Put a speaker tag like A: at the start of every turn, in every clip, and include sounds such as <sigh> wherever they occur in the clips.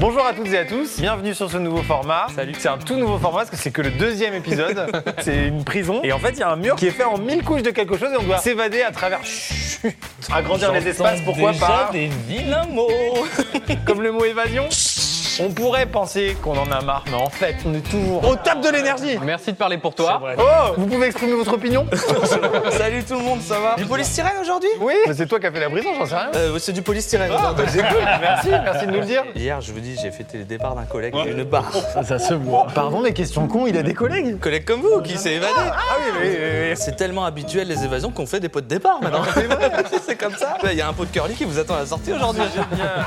A: Bonjour à toutes et à tous, bienvenue sur ce nouveau format. Salut. C'est un tout nouveau format parce que c'est que le deuxième épisode. <laughs> c'est une prison. Et en fait, il y a un mur qui est fait en mille couches de quelque chose et on doit s'évader à travers. Chut. Agrandir les espaces, pourquoi pas
B: des vilains mots
A: <laughs> Comme le mot évasion. On pourrait penser qu'on en a marre, mais en fait, on est toujours au top de l'énergie.
B: Merci de parler pour toi.
A: Oh Vous pouvez exprimer votre opinion
C: Salut tout le monde, ça va Du polystyrène aujourd'hui
A: Oui Mais c'est toi qui as fait la prison, j'en sais rien.
C: euh, C'est du polystyrène.
A: Ah, bah, c'est cool. Merci, merci de nous le dire.
C: Hier, je vous dis, j'ai fêté le départ d'un collègue à une barre.
A: Ça se voit. Pardon, les questions cons, il a des collègues.
C: collègue comme vous qui s'est évadé.
A: Ah oui, oui, oui,
C: C'est tellement habituel les évasions qu'on fait des pots de départ maintenant. Ah, C'est vrai, <laughs> Ah, c'est comme ça. Il y a un pot de curly qui vous attend à la sortie aujourd'hui.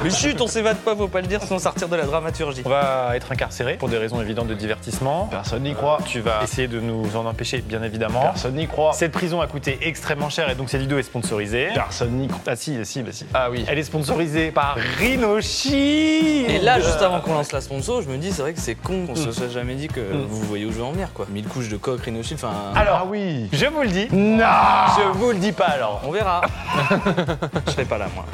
C: Mais chut, on s'évade pas, faut pas le dire, sinon sortir de la dramaturgie.
A: On va être incarcéré pour des raisons évidentes de divertissement. Personne n'y croit. Tu vas essayer de nous en empêcher, bien évidemment. Personne n'y croit. Cette prison a coûté extrêmement cher et donc cette vidéo est sponsorisée. Personne n'y croit. Ah si, si, bah si.
C: Ah oui.
A: Elle est sponsorisée par Rhinoshi.
C: Et là, juste avant qu'on lance la sponsor, je me dis, c'est vrai que c'est con qu'on se soit jamais dit que vous voyez où je veux en venir, quoi. Mille couches de coq, rhinoshield, enfin.
A: Alors Ah oui. Je vous le dis. Non. Je vous le dis pas alors.
C: On <laughs> verra. je serai pas là, moi.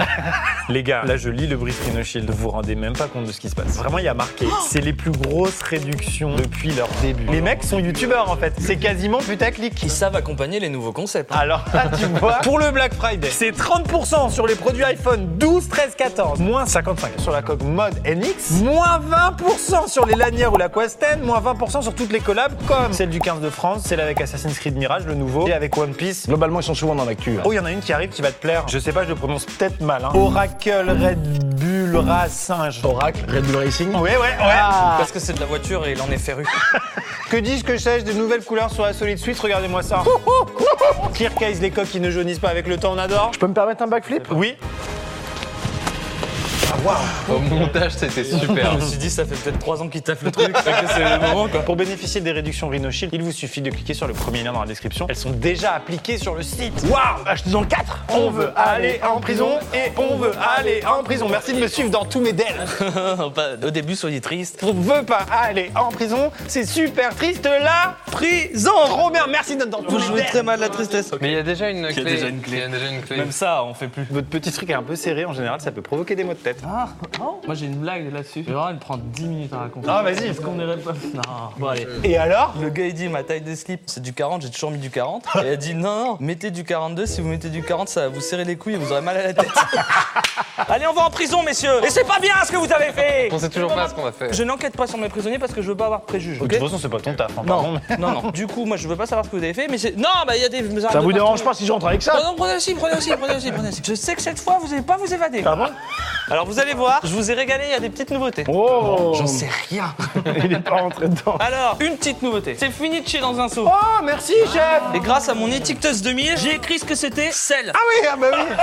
A: Les gars, là je lis le brief Rhinoshield, vous vous rendez même pas compte de ce qui se passe. Vraiment, il y a marqué,
C: Oh
A: c'est les plus grosses réductions depuis leur début. Les mecs sont youtubeurs en fait, c'est quasiment putaclic.
C: Ils savent accompagner les nouveaux concepts. hein.
A: Alors là, Ah, <laughs> tu vois, pour le Black Friday, c'est 30% sur les produits iPhone 12, 13, 14, moins 55 sur la coque mode NX, moins 20% sur les lanières ou la Quasten, moins 20% sur toutes les collabs comme celle du 15 de France, celle avec Assassin's Creed Mirage, le nouveau, et avec One Piece,
D: Globalement, ils sont souvent dans l'actu. hein.
A: Oh, il y en a une qui arrive qui va te plaire. Je sais pas, je le prononce peut-être mal. hein. Oracle Red Bull Ah. Rassinge.
D: Oracle, Red Bull Racing.
A: Ouais, ouais, ouais.
C: Parce que c'est de la voiture et il en est féru.
A: Que dis-je que sais-je des nouvelles couleurs sur la Solid Suite Regardez-moi ça. Clear case, les coques qui ne jaunissent pas avec le temps, on adore.
D: Je peux me permettre un backflip
A: Oui.
B: Au montage, c'était super.
C: Je me suis dit, ça fait peut-être 3 ans qu'il taffe le truc, fait que c'est le moment quoi.
A: Pour bénéficier des réductions RhinoShield, il vous suffit de cliquer sur le premier lien dans la description. Elles sont déjà appliquées sur le site. Waouh Achetez-en 4 On veut aller en prison et on veut aller en prison. Merci de me suivre dans tous mes délires.
C: Pas- Au début, soyez triste.
A: on veut pas aller en prison, c'est super triste la prison. Robert, merci d'être dans
C: Vous
A: tous
C: jouez très mal la tristesse.
B: Mais il y a déjà une clé.
C: y a déjà une clé.
B: Il y a déjà une clé.
C: Même ça, on fait plus.
A: Votre petit truc est un peu serré en général, ça peut provoquer des maux de tête.
E: Ah, Moi j'ai une blague là-dessus. Mais vraiment, elle prend 10 minutes à raconter.
A: Ah, vas-y.
E: Est-ce qu'on irait pas Non. Bon, allez.
A: Et alors
C: Le gars il dit ma taille de slip c'est du 40, j'ai toujours mis du 40. Et elle dit non non, mettez du 42, si vous mettez du 40 ça va vous serrer les couilles et vous aurez mal à la tête. <laughs> Allez on va en prison messieurs Et c'est pas bien ce que vous avez fait
B: On sait toujours pas ce qu'on a fait.
C: Je n'enquête pas sur mes prisonniers parce que je veux pas avoir de préjugés.
A: De toute façon, c'est pas ton taf. hein, pardon,
C: Non,
A: mais-
C: non, non. Du coup, moi, je veux pas savoir ce que vous avez fait, mais c'est. Non, bah, il y a des.
D: Ça vous dérange pas si je rentre avec ça
C: Non, non, prenez aussi, prenez aussi, prenez aussi, prenez aussi. Je sais que cette fois, vous n'allez pas vous évader.
A: Ah bon
C: Alors, vous allez voir, je vous ai régalé, il y a des petites nouveautés.
D: Oh
C: J'en sais rien.
D: <laughs> Il est pas rentré dedans.
C: Alors, une petite nouveauté. C'est fini de chier dans un seau. Ah.
D: Oh, merci, chef
C: Et grâce à mon étiqueteuse 2000, j'ai écrit ce que c'était sel.
D: Ah oui, ah bah oui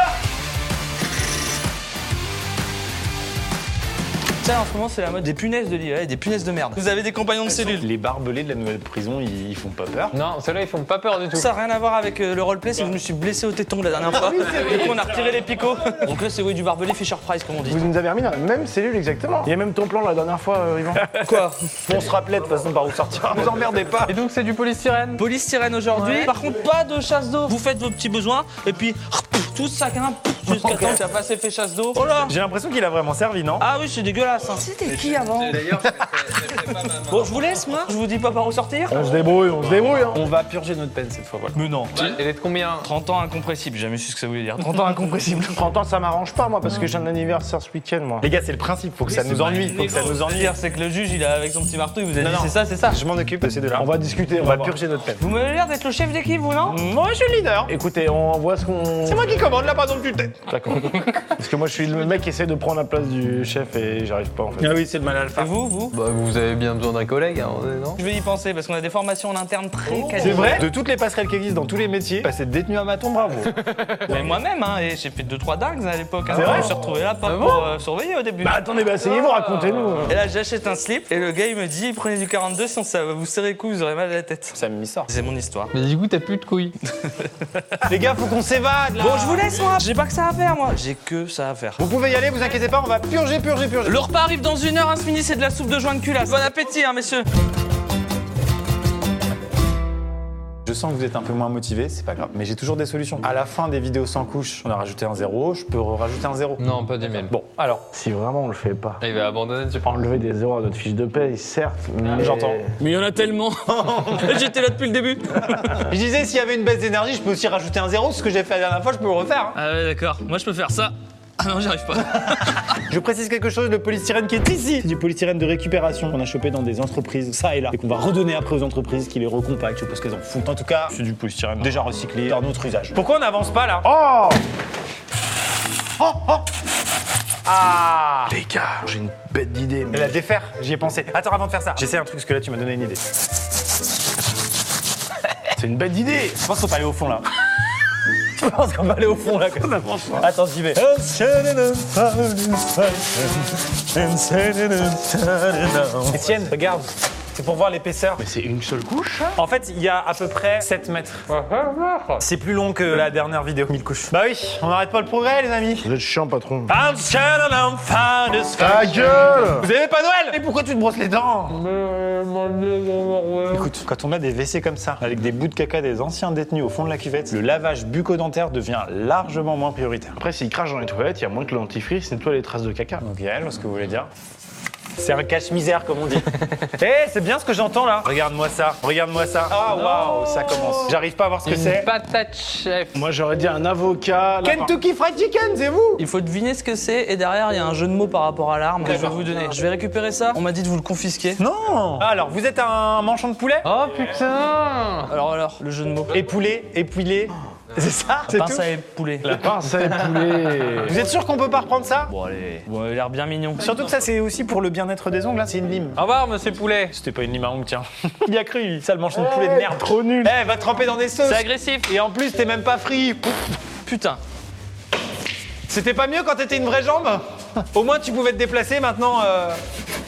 C: Ça, en ce moment, c'est la mode des punaises de lit ouais, et des punaises de merde. Vous avez des compagnons de cellule.
A: Les barbelés de la nouvelle prison, ils, ils font pas peur.
B: Non, ceux-là, ils font pas peur du tout.
C: Ça n'a rien à voir avec euh, le roleplay, c'est que je me suis blessé au téton la
F: Ah
C: dernière fois. Du coup, on a retiré les picots. <laughs> Donc là, c'est oui, du barbelé Fisher Price, comme on dit.
D: Vous nous avez remis dans la même cellule exactement. Il y a même ton plan la dernière fois, euh, Yvan.
C: Quoi
A: <laughs> On se rappelait de toute façon par où sortir. Vous emmerdez pas.
B: Et donc, c'est du polystyrène.
C: Police sirène aujourd'hui. Par contre, pas de chasse d'eau. Vous faites vos petits besoins et puis tout chacun jusqu'à temps que ça fasse effet chasse d'eau. Oh là
A: J'ai l'impression qu'il a vraiment servi, non
C: Ah oui, c'est dégueulasse. hein.
F: C'était qui avant
B: D'ailleurs,
C: Bon, je vous laisse, moi. Je vous dis pas par où sortir.
D: On se débrouille, on se débrouille. Hein.
B: on va purger notre peine cette fois, voilà.
C: Mais non.
B: Bah, Elle est de combien
C: 30 ans incompressible, j'ai jamais su ce que ça voulait dire. 30 ans
D: <laughs>
C: incompressible.
D: 30 ans, ça m'arrange pas, moi, parce que j'ai un anniversaire ce week-end, moi.
A: Les gars, c'est le principe, faut que ça nous ennuie, faut que ça nous ennuie.
C: dire, c'est que le juge, il est avec son petit marteau, il vous a
A: Non,
C: dit
A: non.
C: c'est ça, c'est ça.
A: Je m'en occupe de ces deux-là.
D: On va discuter,
A: on
D: on
A: va
D: va voir.
A: purger notre peine.
C: Vous m'avez l'air d'être le chef d'équipe, vous, non
A: Moi, je suis le leader.
D: Écoutez, on voit ce qu'on.
A: C'est moi qui commande là-bas dans le tutel.
D: D'accord. Parce que moi, je suis le mec qui essaie de prendre la place du chef et j'arrive pas, en fait.
A: Ah oui, c'est le mal
C: Et
A: alpha.
C: vous, vous
B: Bah, vous avez bien besoin d'un collègue, hein, non
C: Je vais y penser parce qu'on a des formations en interne très quasi.
A: C'est vrai De toutes les passerelles qui existent dans tous les métiers,
D: bah,
A: passer de détenu à maton, <laughs> bravo.
C: Mais moi-même, hein, et j'ai fait 2-3 dingues à l'époque. hein.
D: C'est vrai
C: je me suis retrouvé là
B: Ah
C: pas pour euh, surveiller au début.
D: Bah attendez, bah essayez-vous, racontez-nous.
C: Et là, j'achète un slip et le gars il me dit prenez du 42, sinon ça va vous serrer le cou, vous aurez mal à la tête.
A: Ça me sort.
C: C'est mon histoire.
B: Mais du coup, t'as plus de couilles.
A: Les gars, faut qu'on s'évade là.
C: Bon, je vous laisse, moi. J'ai pas que ça à faire, moi. J'ai que ça à faire.
A: Vous pouvez y aller, vous inquiétez pas, on va purger, purger, purger.
C: Le repas arrive dans une heure, hein, ce midi, c'est de la soupe de joint de culasse. Bon appétit, hein, messieurs.
A: Je sens que vous êtes un peu moins motivé, c'est pas grave, mais j'ai toujours des solutions. À la fin des vidéos sans couche, on a rajouté un zéro, je peux rajouter un zéro.
B: Non, pas du même.
A: Bon, alors,
D: Si vraiment on le fait pas.
B: Il va abandonner, tu
D: Enlever des zéros à notre fiche de paie, certes, mais.
A: Ah, j'entends.
C: Mais il y en a
D: <laughs>
C: tellement. J'étais là depuis le début.
A: Je disais, s'il y avait une baisse d'énergie, je peux aussi rajouter un zéro, ce que j'ai fait la dernière fois, je peux le refaire. hein.
C: Ah ouais, d'accord. Moi, je peux faire ça. Ah non, j'y arrive pas.
A: Je précise quelque chose, le polystyrène qui est ici, c'est du polystyrène de récupération qu'on a chopé dans des entreprises, ça et là, et qu'on va redonner après aux entreprises qui les recompactent, je sais pas ce qu'elles en foutent. En tout cas, c'est du polystyrène hein. déjà recyclé, un autre usage. Pourquoi on n'avance pas là
D: Oh
A: Oh, oh Ah
D: Les gars, j'ai une bête d'idée, mais.
A: La défaire, j'y ai pensé. Attends, avant de faire ça, j'essaie un truc, parce que là, tu m'as donné <laughs> une idée. Je
D: C'est une bête d'idée
A: pense qu'on va aller au <laughs> fond, là. Je pense qu'on va aller au fond, là. Comme Attends, j'y vais. Etienne, regarde. C'est pour voir l'épaisseur.
D: Mais c'est une seule couche
A: En fait, il y a à peu près 7 mètres. C'est plus long que la dernière vidéo. 1000 couches. Bah oui, on n'arrête pas le progrès, les amis.
D: Vous êtes chiant, patron.
A: I'm standing on fire this
D: Ta gueule
A: Vous avez pas Noël Mais pourquoi tu te brosses les dents
D: euh,
A: Écoute, quand on a des WC comme ça, avec des bouts de caca des anciens détenus au fond de la cuvette, le lavage bucco-dentaire devient largement moins prioritaire.
D: Après, s'il crache dans les toilettes, il y a moins que le dentifrice nettoie les traces de caca.
A: Ok, je vois ce que vous voulez dire. C'est un cache-misère, comme on
D: <laughs>
A: dit. Eh, c'est bien ce que j'entends là. Regarde-moi ça, regarde-moi ça. Ah, waouh, ça commence. J'arrive pas à voir ce que c'est.
B: Patate chef.
D: Moi, j'aurais dit un avocat. la part-
A: Kentucky Fried Chicken, c'est vous
C: Il faut deviner ce que c'est et derrière, il y a un jeu de mots par rapport à l'arme. que Je vais vous donner. Je vais récupérer ça. On m'a dit de vous le confisquer.
A: Non Ah, Alors, vous êtes un manchon de poulet
B: Oh putain
C: Alors, alors, le jeu de mots.
A: Et poulet, et
D: Oh.
A: poulet. C'est ça C'est
C: Pince
A: tout
C: à poulet.
D: La pince à épouler.
A: Vous êtes sûr qu'on peut pas reprendre ça
C: Bon, allez. Bon, il a l'air bien mignon.
A: Surtout que ça, c'est aussi pour le bien-être des ongles, hein, c'est une lime.
B: Au revoir, monsieur Poulet.
A: C'était pas une lime à ongles,
C: <laughs>
A: tiens.
C: Ah,
A: Il y a cru, lui. sale manchon de poulet de merde.
D: Trop
A: Eh,
D: nul
A: va tremper dans des sauces.
C: C'est agressif.
A: Et en plus, t'es même pas frit. Pouf.
C: Putain.
A: C'était pas mieux quand t'étais une vraie jambe Au moins, tu pouvais te déplacer maintenant. euh,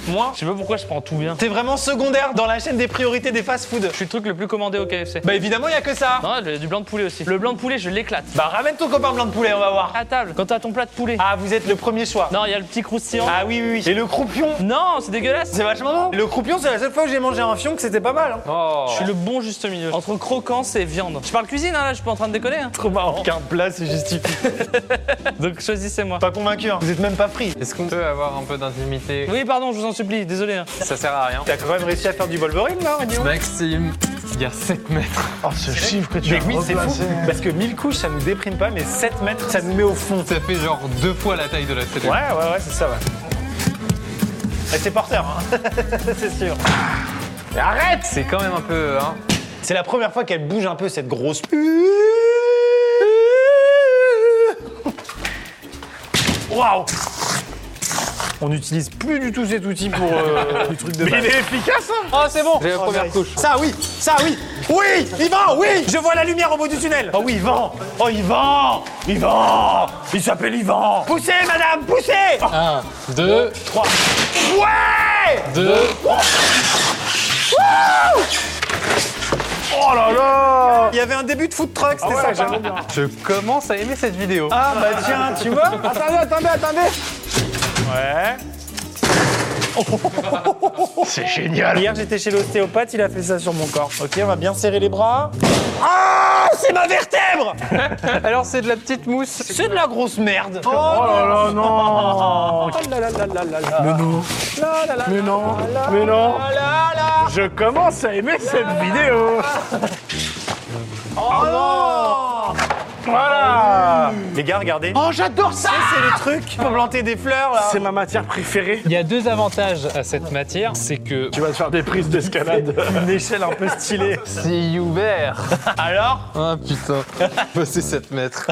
A: Moins.
C: Je sais pas pourquoi je prends tout bien.
A: T'es vraiment secondaire dans la chaîne des priorités des fast-food.
C: Je suis le truc le plus commandé au KFC.
A: Bah évidemment, il y a que ça.
C: Non, il y a du blanc de poulet aussi. Le blanc de poulet, je l'éclate.
A: Bah ramène ton copain blanc de poulet, on va voir.
C: À table, quand t'as ton plat de poulet.
A: Ah, vous êtes le premier choix.
C: Non, il y a le petit croustillant.
A: Ah oui, oui, oui. Et le croupion
C: Non, c'est dégueulasse.
A: C'est vachement bon. Le croupion, c'est la seule fois que j'ai mangé un fion que c'était pas mal. hein.
B: Oh.
C: Je suis le bon juste milieu. Entre croquance et viande. Je parle cuisine, hein, là, je suis pas en train de déconner. hein.
A: Trop marrant. Qu'un plat se justifie.
C: <laughs> Donc choisissez-moi.
A: pas convaincu, hein. vous êtes même pas pris.
B: Est-ce qu'on peut avoir un peu d'intimité
C: Oui, pardon, je vous en supplie, désolé. hein.
B: Ça sert à rien.
A: T'as quand même réussi à faire du Wolverine là, Agnon
B: Maxime, il y a 7 mètres.
D: Oh, ce chiffre que tu
A: Mais
D: as
A: oui, c'est fou.
D: replacé.
A: Parce que 1000 couches, ça nous déprime pas, mais 7 mètres, ça nous met au fond.
B: Ça fait genre deux fois la taille de la télé.
A: Ouais, ouais, ouais, c'est ça, ouais. Et c'est porteur, hein. <laughs> c'est sûr.
B: Arrête C'est quand même un peu... Hein.
A: C'est la première fois qu'elle bouge un peu cette grosse. Waouh On n'utilise plus du tout cet outil pour
D: <laughs>
A: euh, du truc de
D: Mais il
A: base.
D: est efficace, hein
A: Oh, c'est bon
G: J'ai la
A: Oh,
G: première
A: nice.
G: couche.
A: Ça, oui Ça, oui Oui Il vend, oui Je vois la lumière au bout du tunnel
D: Oh oui, Yvan Oh Yvan Yvan Il s'appelle Yvan
A: Poussez, madame, poussez
G: 1, 2, 3.
A: Ouais
G: 2.
D: Oh là là
A: Il y avait un début de food truck, c'était
D: ouais,
A: sympa.
D: j'aime bien.
G: Je commence à aimer cette vidéo.
A: Ah, bah tiens, tu vois Attendez, attendez, attendez Ouais.
D: C'est génial
A: Hier, j'étais chez l'ostéopathe, il a fait ça sur mon corps. Ok, on va bien serrer les bras. Ah C'est ma vertèbre
G: Alors, c'est de la petite mousse.
A: C'est de la grosse merde Oh
D: Oh là là, non
A: là là là là là là Mais non
D: Mais non Mais non Je commence à aimer cette vidéo
A: Oh non
D: Voilà
A: Les gars, regardez. Oh, j'adore ça C'est les trucs pour planter des fleurs, là.
D: C'est ma matière préférée
G: Il y a deux avantages à cette matière, c'est que
D: Tu vas te faire des prises d'escalade
A: une échelle un peu stylée.
G: c'est ouvert.
A: Alors
G: Ah putain, passer 7 mètres.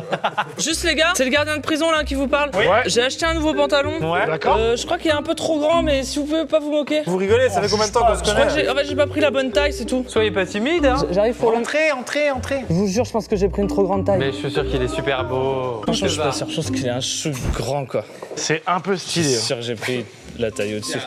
F: Juste les gars, c'est le gardien de prison là qui vous parle.
D: Ouais.
F: J'ai acheté un nouveau pantalon.
A: Ouais.
D: D'accord
F: Euh, je crois qu'il est un peu trop grand, mais si vous pouvez pas vous moquer. Je
A: Vous rigolez, ça fait combien de temps qu'on se
F: crois que
A: connaît
F: j'ai en fait, j'ai pas pris la bonne taille, c'est tout.
G: Soyez pas timide, hein.
F: J'arrive pour l'entrée.
A: Entrez, entrez, entrez
F: Je vous jure, je pense que j'ai pris une trop grande taille.
G: Mais je suis sûr qu'il est super beau.
F: Franchement, je suis pas sûr. Je pense qu'il est un chou grand quoi.
D: C'est un peu
F: Je
D: stylé. hein.
F: suis sûr que j'ai pris la taille au-dessus.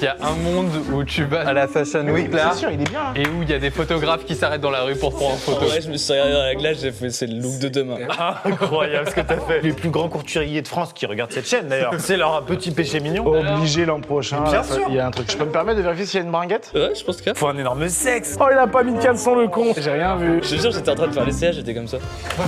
G: Il y a un monde où tu vas à la Fashion Week là.
D: sûr, il est
A: hein.
D: bien.
G: Et où il y a des photographes qui s'arrêtent dans la rue pour prendre en photo.
F: <laughs> Ouais, je me suis regardé dans la glace, j'ai fait c'est le look de demain.
D: Incroyable ce que t'as fait.
A: Les plus grands couturiers de France qui regardent cette chaîne, d'ailleurs. C'est leur petit péché mignon.
D: Obligé l'an prochain.
A: Bien
D: là,
A: sûr.
D: Il y a un truc. Je peux me permettre de vérifier s'il y a une bringuette
F: Ouais, je pense que.
A: Faut un énorme sexe
D: Oh, il a pas mis de caleçon le con. J'ai rien vu.
F: Je te jure, j'étais en train de faire les CA, j'étais comme ça.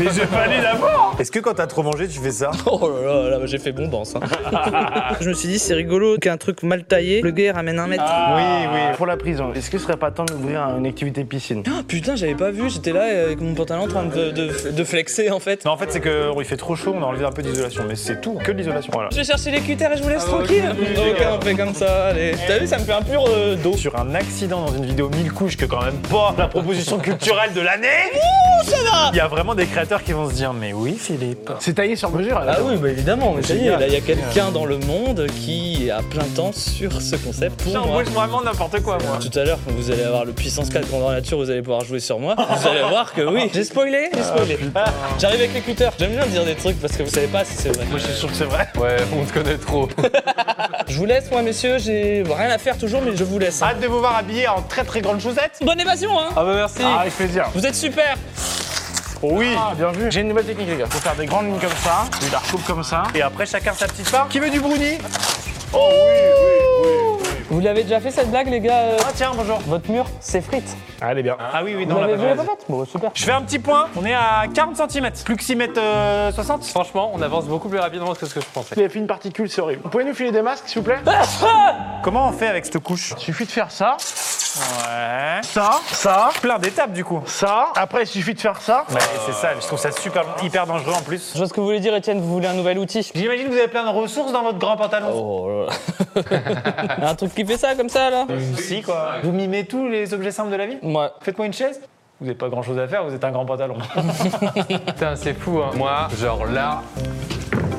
D: Mais je valide à mort.
A: Est-ce que quand t'as trop mangé, tu fais ça
F: Oh là là, là j'ai fait bon danse. Hein.
C: Ah. Je me suis dit, c'est rigolo qu'un truc mal taillé, le gars il ramène un mètre.
D: Oui, oui. Pour la prison, est-ce que ce serait pas temps d'ouvrir une activité piscine
C: Ah, putain, j'avais pas vu, j'étais là euh, avec mon pantalon en train de, de- de flexer en fait.
A: Non, en fait, c'est que il fait trop chaud, on a enlevé un peu d'isolation, mais c'est tout, que de l'isolation. Voilà.
C: Je vais chercher les cutters et je vous laisse tranquille. Ok, on fait comme ça, allez. T'as vu, ça me fait un pur euh, dos.
A: Sur un accident dans une vidéo mille couches, que quand même pas la proposition culturelle de l'année. Il y a vraiment des créateurs qui vont se dire, mais oui, Philippe.
D: C'est taillé sur mesure.
C: Ah oui, bah évidemment, mais ça y est,
D: Génial.
C: là, il y a quelqu'un dans le monde qui est à plein temps sur ce concept pour moi.
A: J'embauche vraiment n'importe quoi, moi.
C: Tout à l'heure, quand vous allez avoir le puissance 4 grandeur nature, vous allez pouvoir jouer sur moi. Vous allez voir que oui, j'ai spoilé, j'ai spoilé. J'arrive avec les cutters. J'aime bien dire des trucs parce que vous savez pas si c'est vrai.
D: Je suis sûr que c'est vrai.
G: Ouais, on te connaît trop.
C: Je vous laisse, moi, messieurs, j'ai rien à faire toujours, mais je vous laisse. hein.
A: Hâte de vous voir habillé en très très grande chaussette.
F: Bonne évasion, hein
G: Ah bah merci.
D: Ah, avec plaisir.
C: Vous êtes super
D: Oui. Ah, bien vu. J'ai une nouvelle technique, les gars. Faut faire des grandes lignes comme ça. Tu la recoupes comme ça.
A: Et après, chacun sa petite part. Qui veut du brownie
D: Oh oui, oui, oui.
F: Vous l'avez déjà fait cette blague, les gars euh,
A: Ah, tiens, bonjour.
F: Votre mur, c'est frites.
D: Allez, bien.
A: Ah oui, oui,
F: Vous
A: non, la
F: l'avez vu la
A: patate.
F: patate Bon, super.
A: Je fais un petit point. On est à 40 cm. Plus que 6 mètres euh, 60.
G: Franchement, on avance beaucoup plus rapidement que ce que je pensais.
D: Les fines particules, c'est horrible. Vous pouvez nous filer des masques, s'il vous plaît
A: Comment on fait avec cette couche
D: Il suffit de faire ça,
A: Ouais.
D: ça, ça,
A: Plein d'étapes du coup.
D: ça. Après, il suffit de faire ça.
A: Ouais, c'est ça, je trouve ça super long, hyper dangereux en plus.
F: Je vois ce que vous voulez dire, Étienne, vous voulez un nouvel outil
A: J'imagine que vous avez plein de ressources dans votre grand pantalon.
F: Oh
G: Ah.
F: là là. Un truc qui fait ça comme ça
G: Euh.
F: là
A: Si quoi. Vous mimez tous les objets simples de la vie
F: Moi,
A: Faites-moi une chaise. Vous n'avez pas grand chose à faire, vous êtes un grand pantalon.
G: <laughs> Putain, c'est fou, hein. Moi, genre là,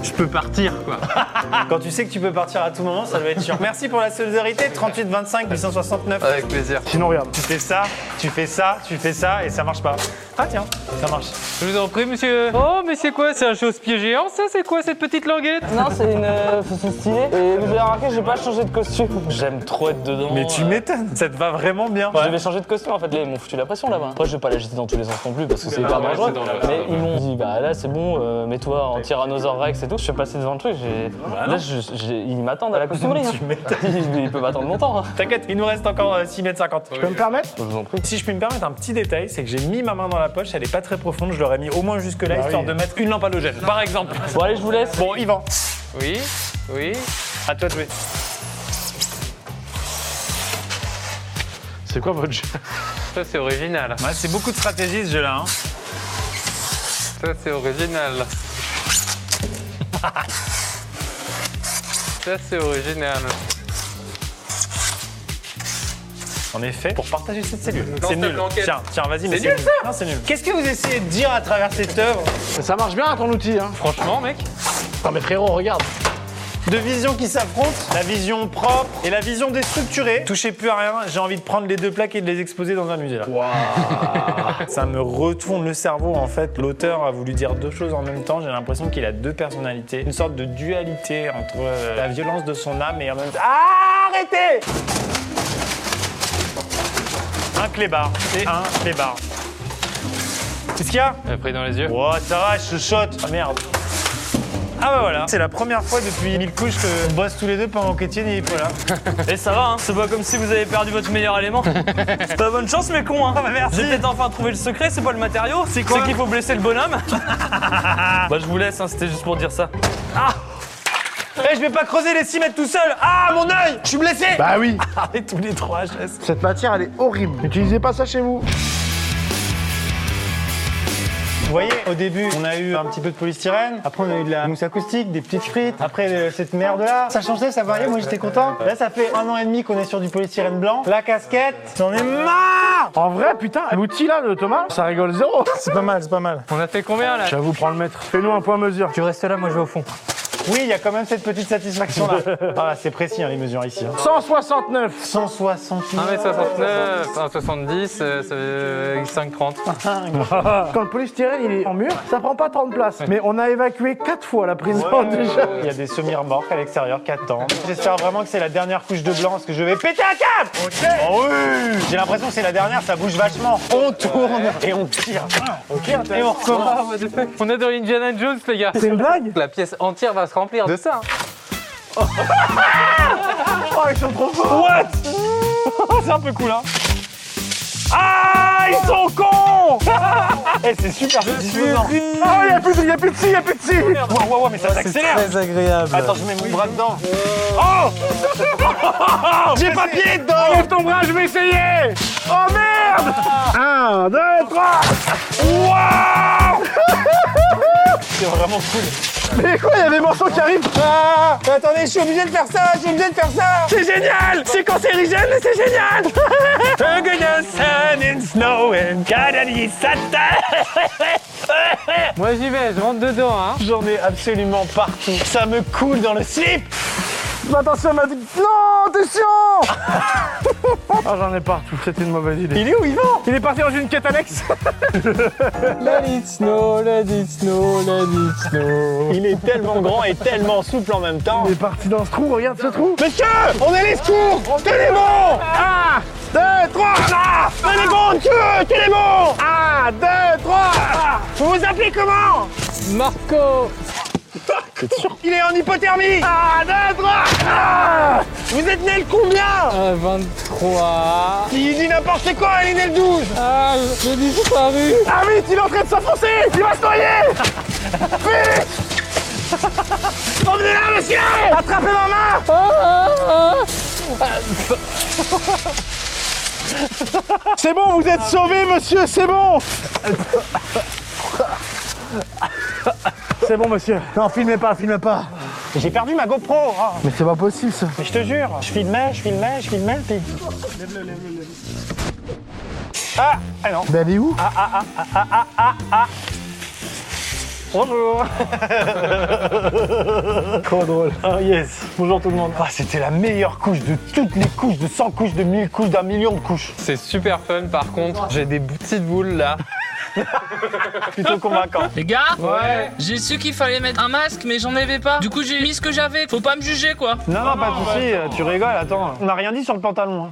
G: je peux partir, quoi.
A: <laughs> Quand tu sais que tu peux partir à tout moment, ça doit être chiant. Merci pour la solidarité, 38, 25, 869.
G: Avec plaisir.
D: Sinon, regarde.
A: Tu fais ça, tu fais ça, tu fais ça et ça marche pas. Ah tiens, ça marche.
G: Je vous en prie, monsieur. Oh, mais c'est quoi C'est un chausse-pied géant, ça C'est quoi cette petite languette
F: Non, c'est une. euh, c'est stylé. Et vous avez remarqué, j'ai pas changé de costume. J'aime trop être dedans.
A: Mais tu
F: euh,
A: m'étonnes, ça te va vraiment bien.
F: Je devais changer de costume en fait, là ils m'ont foutu la pression là-bas. Après, je vais pas l'agiter dans tous les sens non plus parce que c'est hyper
G: Ah, ouais,
F: dangereux.
G: c'est dangereux.
F: Mais ils m'ont dit, bah là c'est bon, euh, mets-toi en tyrannosaure rex et tout. Je suis passé devant le truc, j'ai.
G: Bah
F: Là, je- j'ai- ils m'attendent
G: <laughs>
F: à la costumerie. hein. Ils, ils peuvent attendre longtemps. hein.
A: T'inquiète, il nous reste encore 6 mètres 50.
D: Tu peux me permettre
A: Si je puis me permettre un petit détail, c'est que j'ai mis ma main dans la poche, elle est pas très profonde, je l'aurais mis au moins jusque
G: Bah
A: là, histoire
D: oui.
A: de mettre une lampe halogène, par exemple.
F: Bon, allez, je vous laisse.
A: Bon, Yvan,
G: Oui, oui.
A: à toi de jouer.
D: C'est quoi votre jeu
G: Ça, c'est original.
A: Ouais, c'est beaucoup de stratégie ce jeu-là. hein.
G: Ça, c'est
F: <laughs>
G: original. Ça, c'est original.
A: En effet, pour partager cette cellule.
G: Dans
A: C'est
G: cette
A: nul.
G: enquête.
A: Tiens, tiens, vas-y, mais
G: C'est nul,
A: Non, c'est nul. Qu'est-ce que vous essayez de dire à travers cette œuvre
D: Ça marche bien ton outil, hein
G: Franchement, mec,
D: Non mais frérot, regarde
A: Deux visions qui s'affrontent, la vision propre et la vision déstructurée. Touchez plus à rien, j'ai envie de prendre les deux plaques et de les exposer dans un musée là. <laughs> Ça me retourne le cerveau en fait. L'auteur a voulu dire deux choses en même temps. J'ai l'impression qu'il a deux personnalités, une sorte de dualité entre euh, la violence de son âme et en même temps. Ah, arrêtez Un clébard et un clébard. Qu'est-ce qu'il y a
B: Pris dans les yeux.
A: Oh, ça va, je shot. Ah merde. Ah bah voilà, c'est la première fois depuis mille couches qu'on bosse tous les deux pendant qu'Étienne est pas là.
E: Et ça va, hein, c'est pas comme si vous avez perdu votre
B: <laughs>
E: meilleur élément. C'est pas bonne chance, mes cons. Hein.
B: Ah, bah,
A: merci.
E: J'ai peut-être enfin trouvé le secret, c'est pas le matériau. C'est
A: quoi
E: qu'il faut blesser
B: <laughs>
E: le bonhomme. bah, je vous laisse, hein, c'était juste pour dire ça.
A: Eh, je vais pas creuser les 6 mètres tout seul Ah, mon œil Je suis blessé
D: Bah oui,
A: Et tous les trois, HS.
D: cette matière elle est horrible. N'utilisez pas ça chez vous.
A: Vous voyez, au début, on a eu un petit peu de polystyrène, après on a eu de la mousse acoustique, des petites frites, après euh, cette merde là, ça changeait, ça variait, moi j'étais content. Là, ça fait un an et demi qu'on est sur du polystyrène blanc. La casquette, j'en ai marre
D: En vrai, putain, l'outil là de Thomas, ça rigole zéro. <laughs>
A: C'est pas mal, c'est pas mal.
B: On a fait combien là
D: J'avoue, prends le maître. Fais-nous un point mesure.
B: Je reste là, moi je vais au fond.
A: Oui, il y a quand même cette petite satisfaction là.
D: <laughs>
A: Ah, c'est précis hein, les mesures ici. hein.
D: 169
C: Ah,
A: 169.
B: 1m69, 1m70, euh, ça fait 5,30.
E: Ah,
D: Quand le polystyrène il est en mur, ça prend pas 30 places. Mais on a évacué 4 fois la prison déjà.
A: Il y a des semi-remorques à l'extérieur qui attendent. J'espère vraiment que c'est la dernière couche de blanc parce que je vais péter un câble Oh oui J'ai l'impression que c'est la dernière, ça bouge vachement. On tourne et on tire. Ok, et on recommence.
E: bah,
B: On est dans Indiana Jones, les gars.
D: C'est une blague
B: La pièce entière va se remplir de ça. hein.
D: Oh, ils sont trop forts
A: What C'est un peu cool, hein Ah, ils sont cons Eh, c'est super satisfaisant.
D: Ah, il y a plus de il y a plus de scie, il y a plus de scie
A: Waouh, waouh, waouh, mais ça s'accélère
E: Très agréable.
A: Attends, je mets mon bras dedans.
D: Euh.
A: Oh
D: Oh <laughs>
A: J'ai pas pied dedans
D: Lève ton bras, je vais essayer Oh merde 1, 2, 3
A: Waouh <laughs> C'est vraiment cool.
D: Mais quoi, il y a des morceaux qui arrivent
A: Ah Attendez, je suis obligé de faire ça, je suis obligé de faire ça C'est génial C'est cancérigène, mais c'est génial
D: <laughs>
A: sun and snow and Canada <laughs>
B: Moi j'y vais, je rentre dedans. Hein.
A: J'en ai absolument partout. Ça me coule dans le slip
D: Attention, ma Non, attention Ah, j'en ai partout, c'était une mauvaise idée.
A: Il est où, Yvan
D: Il est parti dans une quête
A: <laughs>
D: annexe
E: Let it snow, let it snow, let it snow.
A: Il est tellement grand et tellement souple en même temps.
D: Il est parti dans ce trou, regarde ce trou
A: Monsieur On est les secours Tenez bon
D: 1, 2, 3
A: Ah Tenez bon, monsieur Tenez bon
D: 1, 2, 3
A: Vous vous appelez comment
B: Marco
A: Il est en hypothermie Ah, deux, trois Ah Vous êtes né le combien
B: euh, 23.
A: Il dit n'importe quoi, il est né le 12
B: Ah, j'ai disparu.
D: Ah vite, il est en train de s'enfoncer Il va
B: <laughs>
D: se noyer
A: Emmenez-la, monsieur Attrapez ma main
D: C'est bon, vous êtes sauvé, monsieur, c'est bon C'est bon, monsieur. Non, filmez pas, filmez pas.
A: J'ai perdu ma GoPro oh.
D: Mais c'est pas possible, ça.
A: Mais je te jure, je filmais, je filmais, je filmais, puis... Ah Ah non
D: Ben, elle est où
A: Bonjour <laughs> Trop drôle Ah yes Bonjour tout le monde Ah c'était la meilleure couche de toutes les couches, de 100 couches, de 1000 couches, d'un million de couches
B: C'est super fun par contre, j'ai des petites boules là.
A: Plutôt <laughs> convaincant
H: Les gars,
B: Ouais.
H: j'ai su qu'il fallait mettre un masque, mais j'en avais pas. Du coup, j'ai mis ce que j'avais. Faut pas me juger, quoi.
A: Non non pas de soucis, euh, tu rigoles, attends On n'a rien dit sur le pantalon hein.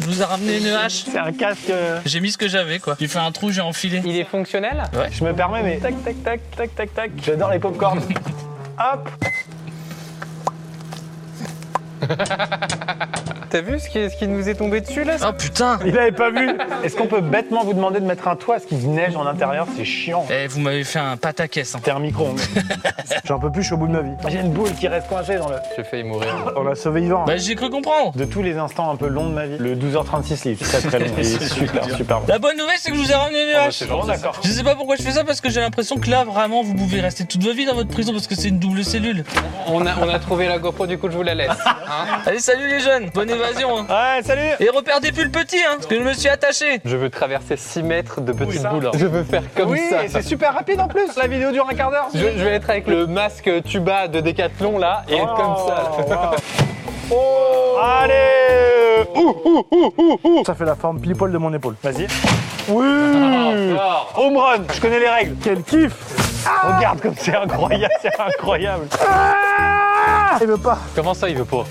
H: Je vous ai ramené une hache.
A: C'est un casque... euh,
H: J'ai mis ce que j'avais, quoi. J'ai fait un trou, j'ai enfilé.
B: Il est fonctionnel
A: Je me permets mais... Tac tac tac tac tac tac J'adore les <laughs> popcorns Hop
B: T'as vu ce qui, ce qui nous est tombé dessus là
H: Oh putain
A: Il avait pas vu Est-ce qu'on peut bêtement vous demander de mettre un toit Est-ce qu'il neige en intérieur C'est chiant
H: Eh, vous m'avez fait un pataquès, hein.
A: T'es un micro-ondes.
D: <laughs> J'en peux plus, je suis au bout de ma vie.
A: J'ai une boule qui reste coincée dans le...
B: J'ai failli mourir.
D: <laughs> On a sauvé hein. Yvan.
H: Bah, j'ai cru comprendre.
A: De tous les instants un peu longs de ma vie, le 12h36 livre, très
B: <laughs>
A: très long, il est super super long.
H: La bonne nouvelle, c'est que je vous ai ramené
B: Ah, bah,
H: une hache.
A: Bon, d'accord.
H: Je sais pas pourquoi je fais ça, parce que j'ai l'impression que là, vraiment, vous pouvez rester toute votre vie dans votre prison, parce que c'est une double cellule.
B: On a, on a trouvé la GoPro, du coup je vous la laisse. hein.
H: Allez, salut les jeunes Bonne hein.
E: d'évasion. Ouais, salut Et repère des pulls petits, hein, parce que je me suis attaché.
B: Je veux traverser 6 mètres de petites
E: ça
B: boules. hein. Je veux faire comme
A: oui,
B: ça.
A: et c'est super rapide en plus. La vidéo dure un quart d'heure.
B: Je, je vais être avec le masque tuba de Decathlon là et être comme ça.
C: <laughs>
B: Oh.
A: Allez euh, Ouh, ouh, ouh, ouh, ouh
D: Ça fait la forme pile poil de mon épaule. Vas-y.
A: Oui Home run, je connais les règles. Ah.
D: Quel kiff
A: Regarde comme c'est incroyable, c'est incroyable.
D: Il veut pas.
B: Comment ça il veut pas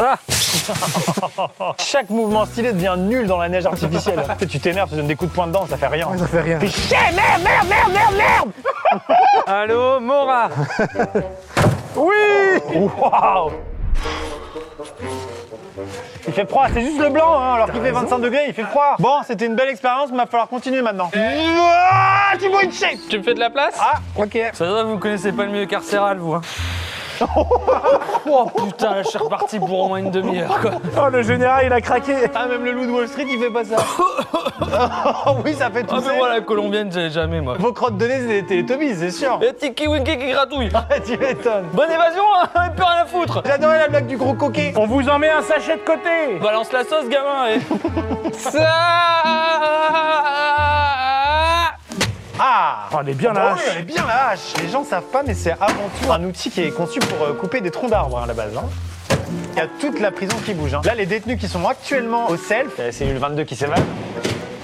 A: Ah Chaque mouvement stylé devient nul dans la neige artificielle. tu sais, tu t'énerves, tu donnes des coups de poing dedans, ça fait rien.
D: Ça fait rien.
A: Fais chier, merde, merde, merde, merde, merde
B: Allô
C: <laughs>
B: Mora
A: Oui Waouh Il fait froid, c'est juste le blanc, hein, alors qu'il fait 25 degrés, il fait froid. Bon, c'était une belle expérience, mais il va falloir continuer maintenant. Ouah, tu vois une shape
B: Tu me fais de la place
A: Ah, ok.
C: Ça doit, vous connaissez pas le milieu carcéral, vous. Hein. <laughs> oh putain, là, je suis reparti pour au moins une demi-heure, quoi.
D: Oh, le général, il a craqué.
A: Ah, même le loup de Wall Street, il fait pas ça. oh, <laughs> oui, ça fait tout
C: Ah, mais moi, la colombienne, j'avais jamais, moi.
A: Vos crottes de nez, c'est des Teletubbies, c'est <laughs> sûr.
C: Et Tiki Winky qui gratouille.
A: tu m'étonnes.
C: Bonne évasion, hein, <laughs> et plus rien à foutre.
A: J'adorais la blague du gros coquet.
D: On vous en met un sachet de côté.
C: Balance la sauce, gamin, et.
B: Ça
A: Ah
D: Oh, elle est bien
A: Ah
D: là.
A: oui, elle est bien la hache Les gens savent pas, mais c'est avant tout un outil qui est conçu pour euh, couper des troncs d'arbres hein, à la base. hein. Il y a toute la prison qui bouge. hein. Là, les détenus qui sont actuellement au self, euh, c'est la cellule 22 qui s'évade.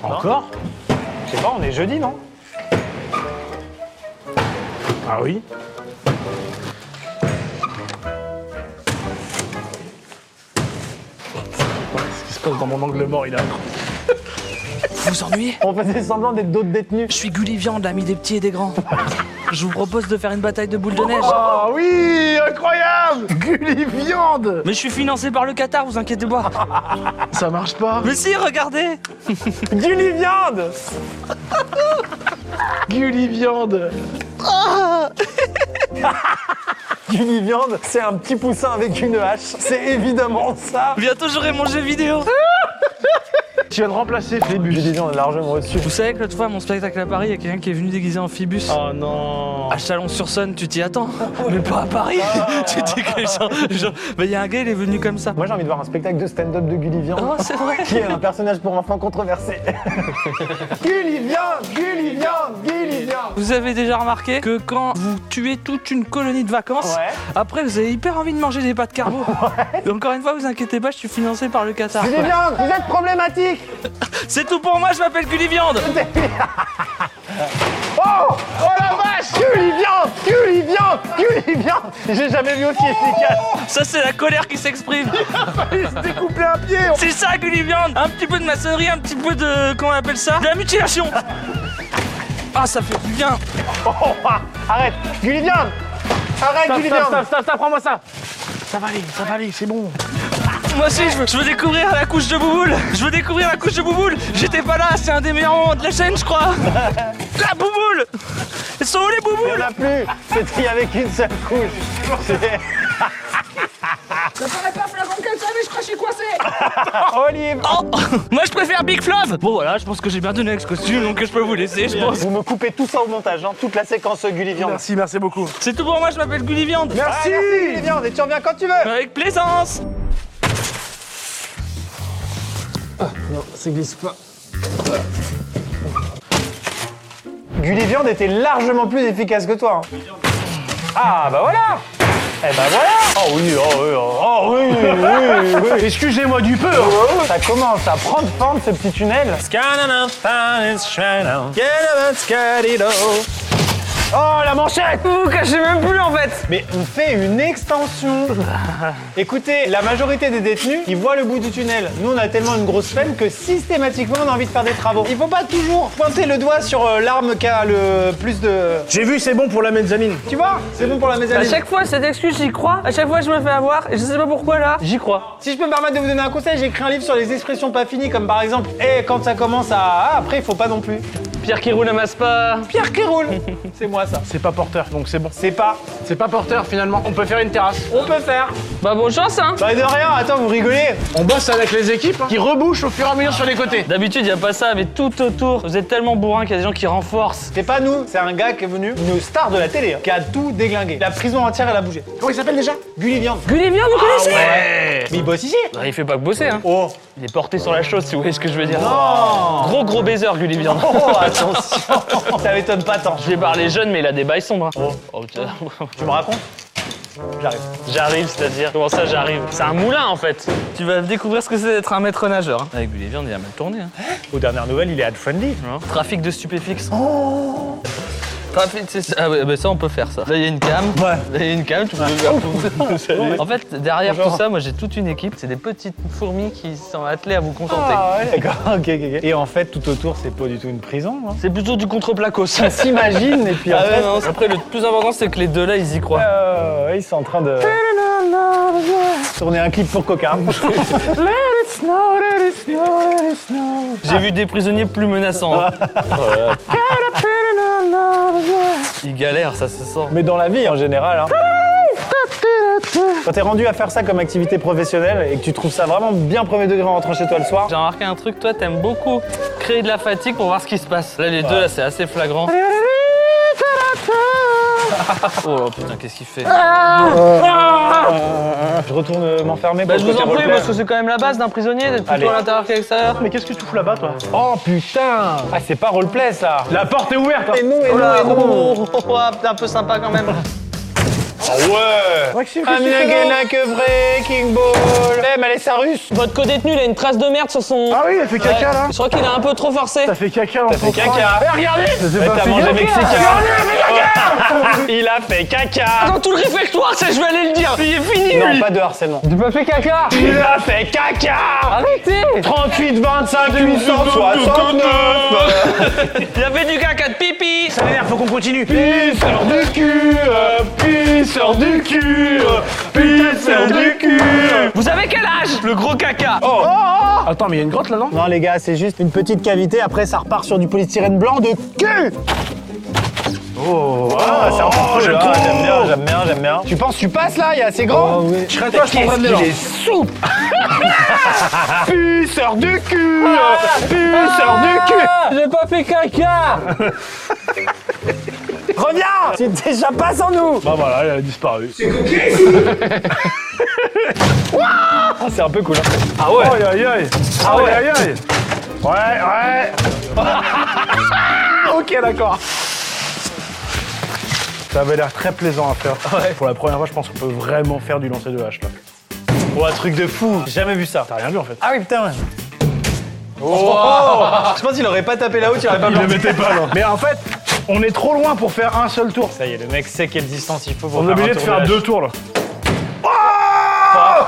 A: Encore Je sais pas, on est jeudi, non
D: Ah oui. Ce qui se passe dans mon angle mort, il a.
C: Vous vous ennuyez
A: On faisait semblant d'être d'autres détenus.
C: Je suis Gulli Viande, l'ami des petits et des grands. Je vous propose de faire une bataille de boules de neige.
D: Ah oui, incroyable. Gulli viande.
C: Mais je suis financé par le Qatar, vous inquiétez pas.
D: Ça marche pas.
C: Mais si, regardez
A: Gulli viande <laughs>
D: Gulli viande.
A: Gulli viande, c'est un petit poussin avec une hache. C'est évidemment ça
C: Bientôt j'aurai mon jeu vidéo
D: Tu viens de remplacer Flébus.
A: Gulli viande, largement au-dessus.
C: Vous savez que l'autre fois, à mon spectacle à Paris, il y a quelqu'un qui est venu déguisé en Phibus.
F: Oh non
C: À Chalon-sur-Saône, tu t'y attends, mais pas à Paris. <laughs> tu dis que les gens, les gens- bah il y a un gars, il est venu comme ça.
A: Moi, j'ai envie de voir un spectacle de stand-up de Gulli viande.
C: Oh, c'est vrai.
A: qui est un personnage pour enfants controversé. Gulli viande, Gulli viande, Gulli viande
C: Vous avez déjà remarqué que quand vous tuez toute une colonie de vacances,
A: Ouais.
C: après vous avez hyper envie de manger des pâtes carbo. Et Encore une fois, vous inquiétez pas, je suis financé par le Qatar.
A: Gulli viande, vous êtes problématique
C: C'est tout pour moi, je m'appelle Gulli Viande.
A: Oh Oh la vache Gulli viande, Gulli viande, Gulli viande J'ai jamais vu aussi efficace
D: <laughs>
C: Ça c'est la colère qui s'exprime.
D: Couper un pied.
C: C'est ça Gulli Viande. Un petit peu de maçonnerie, un petit peu de comment on appelle ça De la mutilation. Ah, ça fait du bien.
A: Oh, ah, Arrête Gulli viande Arrête Gulli viande
D: stop, stop, prends-moi ça. Ça va aller, ça va aller, c'est bon.
C: Moi aussi, je veux, je veux découvrir la couche de bouboule. Je veux découvrir la couche de bouboule. J'étais pas là, c'est un des meilleurs moments de la chaîne, je crois. La bouboule Elles sont où
A: Il
C: les
A: n'y
C: bouboules
A: en a plus C'était avec une seule couche C'est- <laughs> Olive
F: <laughs>
C: Oh Moi, je préfère Big Flove Bon, voilà, je pense que j'ai bien donné avec ce costume, donc je peux vous laisser, je pense.
A: Vous me coupez tout ça au montage, hein, toute la séquence Gulli viande
D: Merci, merci beaucoup.
C: C'est tout pour moi, je m'appelle Gulli Viande.
A: Ah, merci Gulli viande et tu reviens quand tu veux
C: Avec plaisance
A: Gulli viande était largement plus efficace que toi hein. Ah bah voilà Eh bah voilà Oh oui, oh oui, oh, oh oui, oui, oui, <laughs> oui.
D: Excusez-moi du peu. hein.
A: Ça commence à prendre forme ce petit tunnel. Oh la manchette Vous vous cachez même plus en fait Mais on fait une extension Écoutez, la majorité des détenus, ils voient le bout du tunnel. Nous on a tellement une grosse peine que systématiquement on a envie de faire des travaux. Il faut pas toujours pointer le doigt sur euh, l'arme qui a le plus de...
D: J'ai vu, c'est bon pour la mezzanine.
A: Tu vois C'est bon pour la
E: À
A: mezzanine.
D: Bah,
E: chaque fois, cette excuse, j'y crois. À chaque fois, je me fais avoir. Et je sais pas pourquoi là. J'y crois.
A: Si je peux me permettre de vous donner un conseil, j'ai écrit un livre sur les expressions pas finies, comme par exemple, Eh, quand ça commence à... Ah, après, il faut pas non plus.
F: Pierre qui roule, amasse pas.
A: Pierre qui roule C'est moi ça.
D: C'est pas porteur, donc c'est bon.
A: C'est pas.
D: C'est pas porteur finalement. On peut faire une terrasse.
A: On peut faire.
H: Bah bonne chance hein
A: Bah de rien, attends, vous rigolez.
D: On bosse avec les équipes hein, qui rebouchent au fur et à mesure sur les côtés.
F: D'habitude, y a pas ça, mais tout autour, vous êtes tellement bourrin qu'il y a des gens qui renforcent.
A: C'est pas nous, c'est un gars qui est venu, une star de la télé, hein, qui a tout déglingué. La prison entière, elle a bougé. Comment il s'appelle déjà Gulli Viande.
H: Gulli Viande, vous connaissez
A: Mais il bosse ici.
F: Bah, il fait pas que bosser, hein.
A: Oh,
F: Il est porté sur la chose, si vous voyez ce que je veux dire.
A: Non.
F: Gros gros baiser, Gulli Viande.
A: oh attention Ça m'étonne pas tant.
F: Je vais parler jeune, mais il a des bails sombres. hein. Oh, putain. <laughs>
A: Tu me racontes J'arrive.
F: J'arrive, c'est-à-dire. Comment ça, j'arrive C'est un moulin, en fait.
C: Tu vas découvrir ce que c'est d'être un maître nageur. hein.
F: Avec Gulli Viande, il a mal tourné, hein.
A: Aux dernières nouvelles, il est ad friendly.
C: Trafic de stupéfixes. Trafic, c'est ça. Ah ouais, bah ça, on peut faire ça. Là, il y a une cam.
A: Ouais.
C: Là, il y a une cam, tu peux faire tout. En fait, derrière tout ça, moi, j'ai toute une équipe. C'est des petites fourmis qui sont attelées à vous contenter.
A: Ah ouais, d'accord, ok, ok, ok. Et en fait, tout autour, c'est pas du tout une prison. Hein.
F: C'est plutôt du contre-placo, ça.
A: Ça s'imagine, et puis en
C: Ah ouais,
A: fait,
C: non, après, le plus important, c'est que les deux-là, ils y croient.
A: euh, ils sont en train de. Tourner un clip pour <laughs> Coca.
C: J'ai vu des prisonniers plus menaçants. hein. <laughs> Ils galèrent, ça se sent.
A: Mais dans la vie en général. Hein. Quand t'es rendu à faire ça comme activité professionnelle et que tu trouves ça vraiment bien premier degré en rentrant chez toi le soir,
C: J'ai remarqué un truc, toi, t'aimes beaucoup créer de la fatigue pour voir ce qui se passe. Là, les deux, là, c'est
E: <laughs>
C: assez flagrant. Oh putain, qu'est-ce qu'il fait
A: je retourne euh, m'enfermer.
C: Bah,
A: pour
C: je vous
A: côté
C: en prie,
A: roleplay.
C: parce que c'est quand même la base d'un prisonnier, d'être
A: Allez.
C: plutôt à l'intérieur qu'à l'extérieur.
A: Mais qu'est-ce que tu fous là-bas, toi Oh putain Ah, c'est pas roleplay ça
D: La porte est ouverte.
A: Et non, et
C: Oh
A: non,
C: là,
A: et non
C: oh, oh, oh, t'es un peu sympa quand même.
D: Maxime,
A: I'm
D: Ah, qu'est-ce que tu fais là
A: not que breaking ball Eh, mais elle est sa russe
E: <laughs> Votre co-détenu, il a une trace de merde sur son.
D: Ah oui, elle fait caca là.
E: Je crois qu'il a un peu trop forcé.
D: T'as fait caca dans son
A: Caca Regardez T'as mangé mexicain Il a fait
C: Ah
A: caca
E: Dans tout le réfectoire, ça, je vais aller le dire. Il est fini,
A: Non,
E: lui.
A: pas de harcèlement.
E: Tu m'as fait caca.
A: Il a fait caca
E: Arrêtez.
A: 38, 25, 869
E: Il avait du caca de pipi.
A: Ça m'énerve, faut qu'on continue Pisseur du cul euh, Pisseur du cul euh, Pisseur du cul
E: Vous savez quel âge
C: Le gros caca. Oh,
D: Attends, mais il y a une grotte là, non
A: Non les gars, c'est juste une petite cavité, après ça repart sur du polystyrène blanc de cul Oh, c'est un j'aime bien, j'aime bien, j'aime bien, j'aime bien. Oh, Tu penses tu passes là, il est assez grand Je serais toi, je prendrais de est <laughs> souple Pisseur du cul Pisseur du cul
E: J'ai pas fait caca.
A: <laughs> Reviens Tu déjà pas sans nous
D: Bah voilà, elle a disparu.
A: C'est un peu cool.
D: Ah ouais Aïe aïe aïe Ah ouais aïe aïe Ouais, ouais
A: Ok, d'accord.
D: Ça avait l'air très plaisant à faire. Pour la première fois, je pense qu'on peut vraiment faire du lancer de hache là.
A: Oh, un truc de fou. J'ai jamais vu ça.
D: T'as rien vu en fait.
A: Ah oui, putain. Oh Je pense qu'il aurait pas tapé là-haut, tu aurais pas
D: Il le
A: planté.
D: mettait pas là. Mais en fait, on est trop loin pour faire un seul tour.
A: Ça y est, le mec sait quelle distance il faut pour
D: On est
A: faire
D: obligé
A: un
D: de
A: tour
D: faire
A: la
D: deux tours là.
A: hache.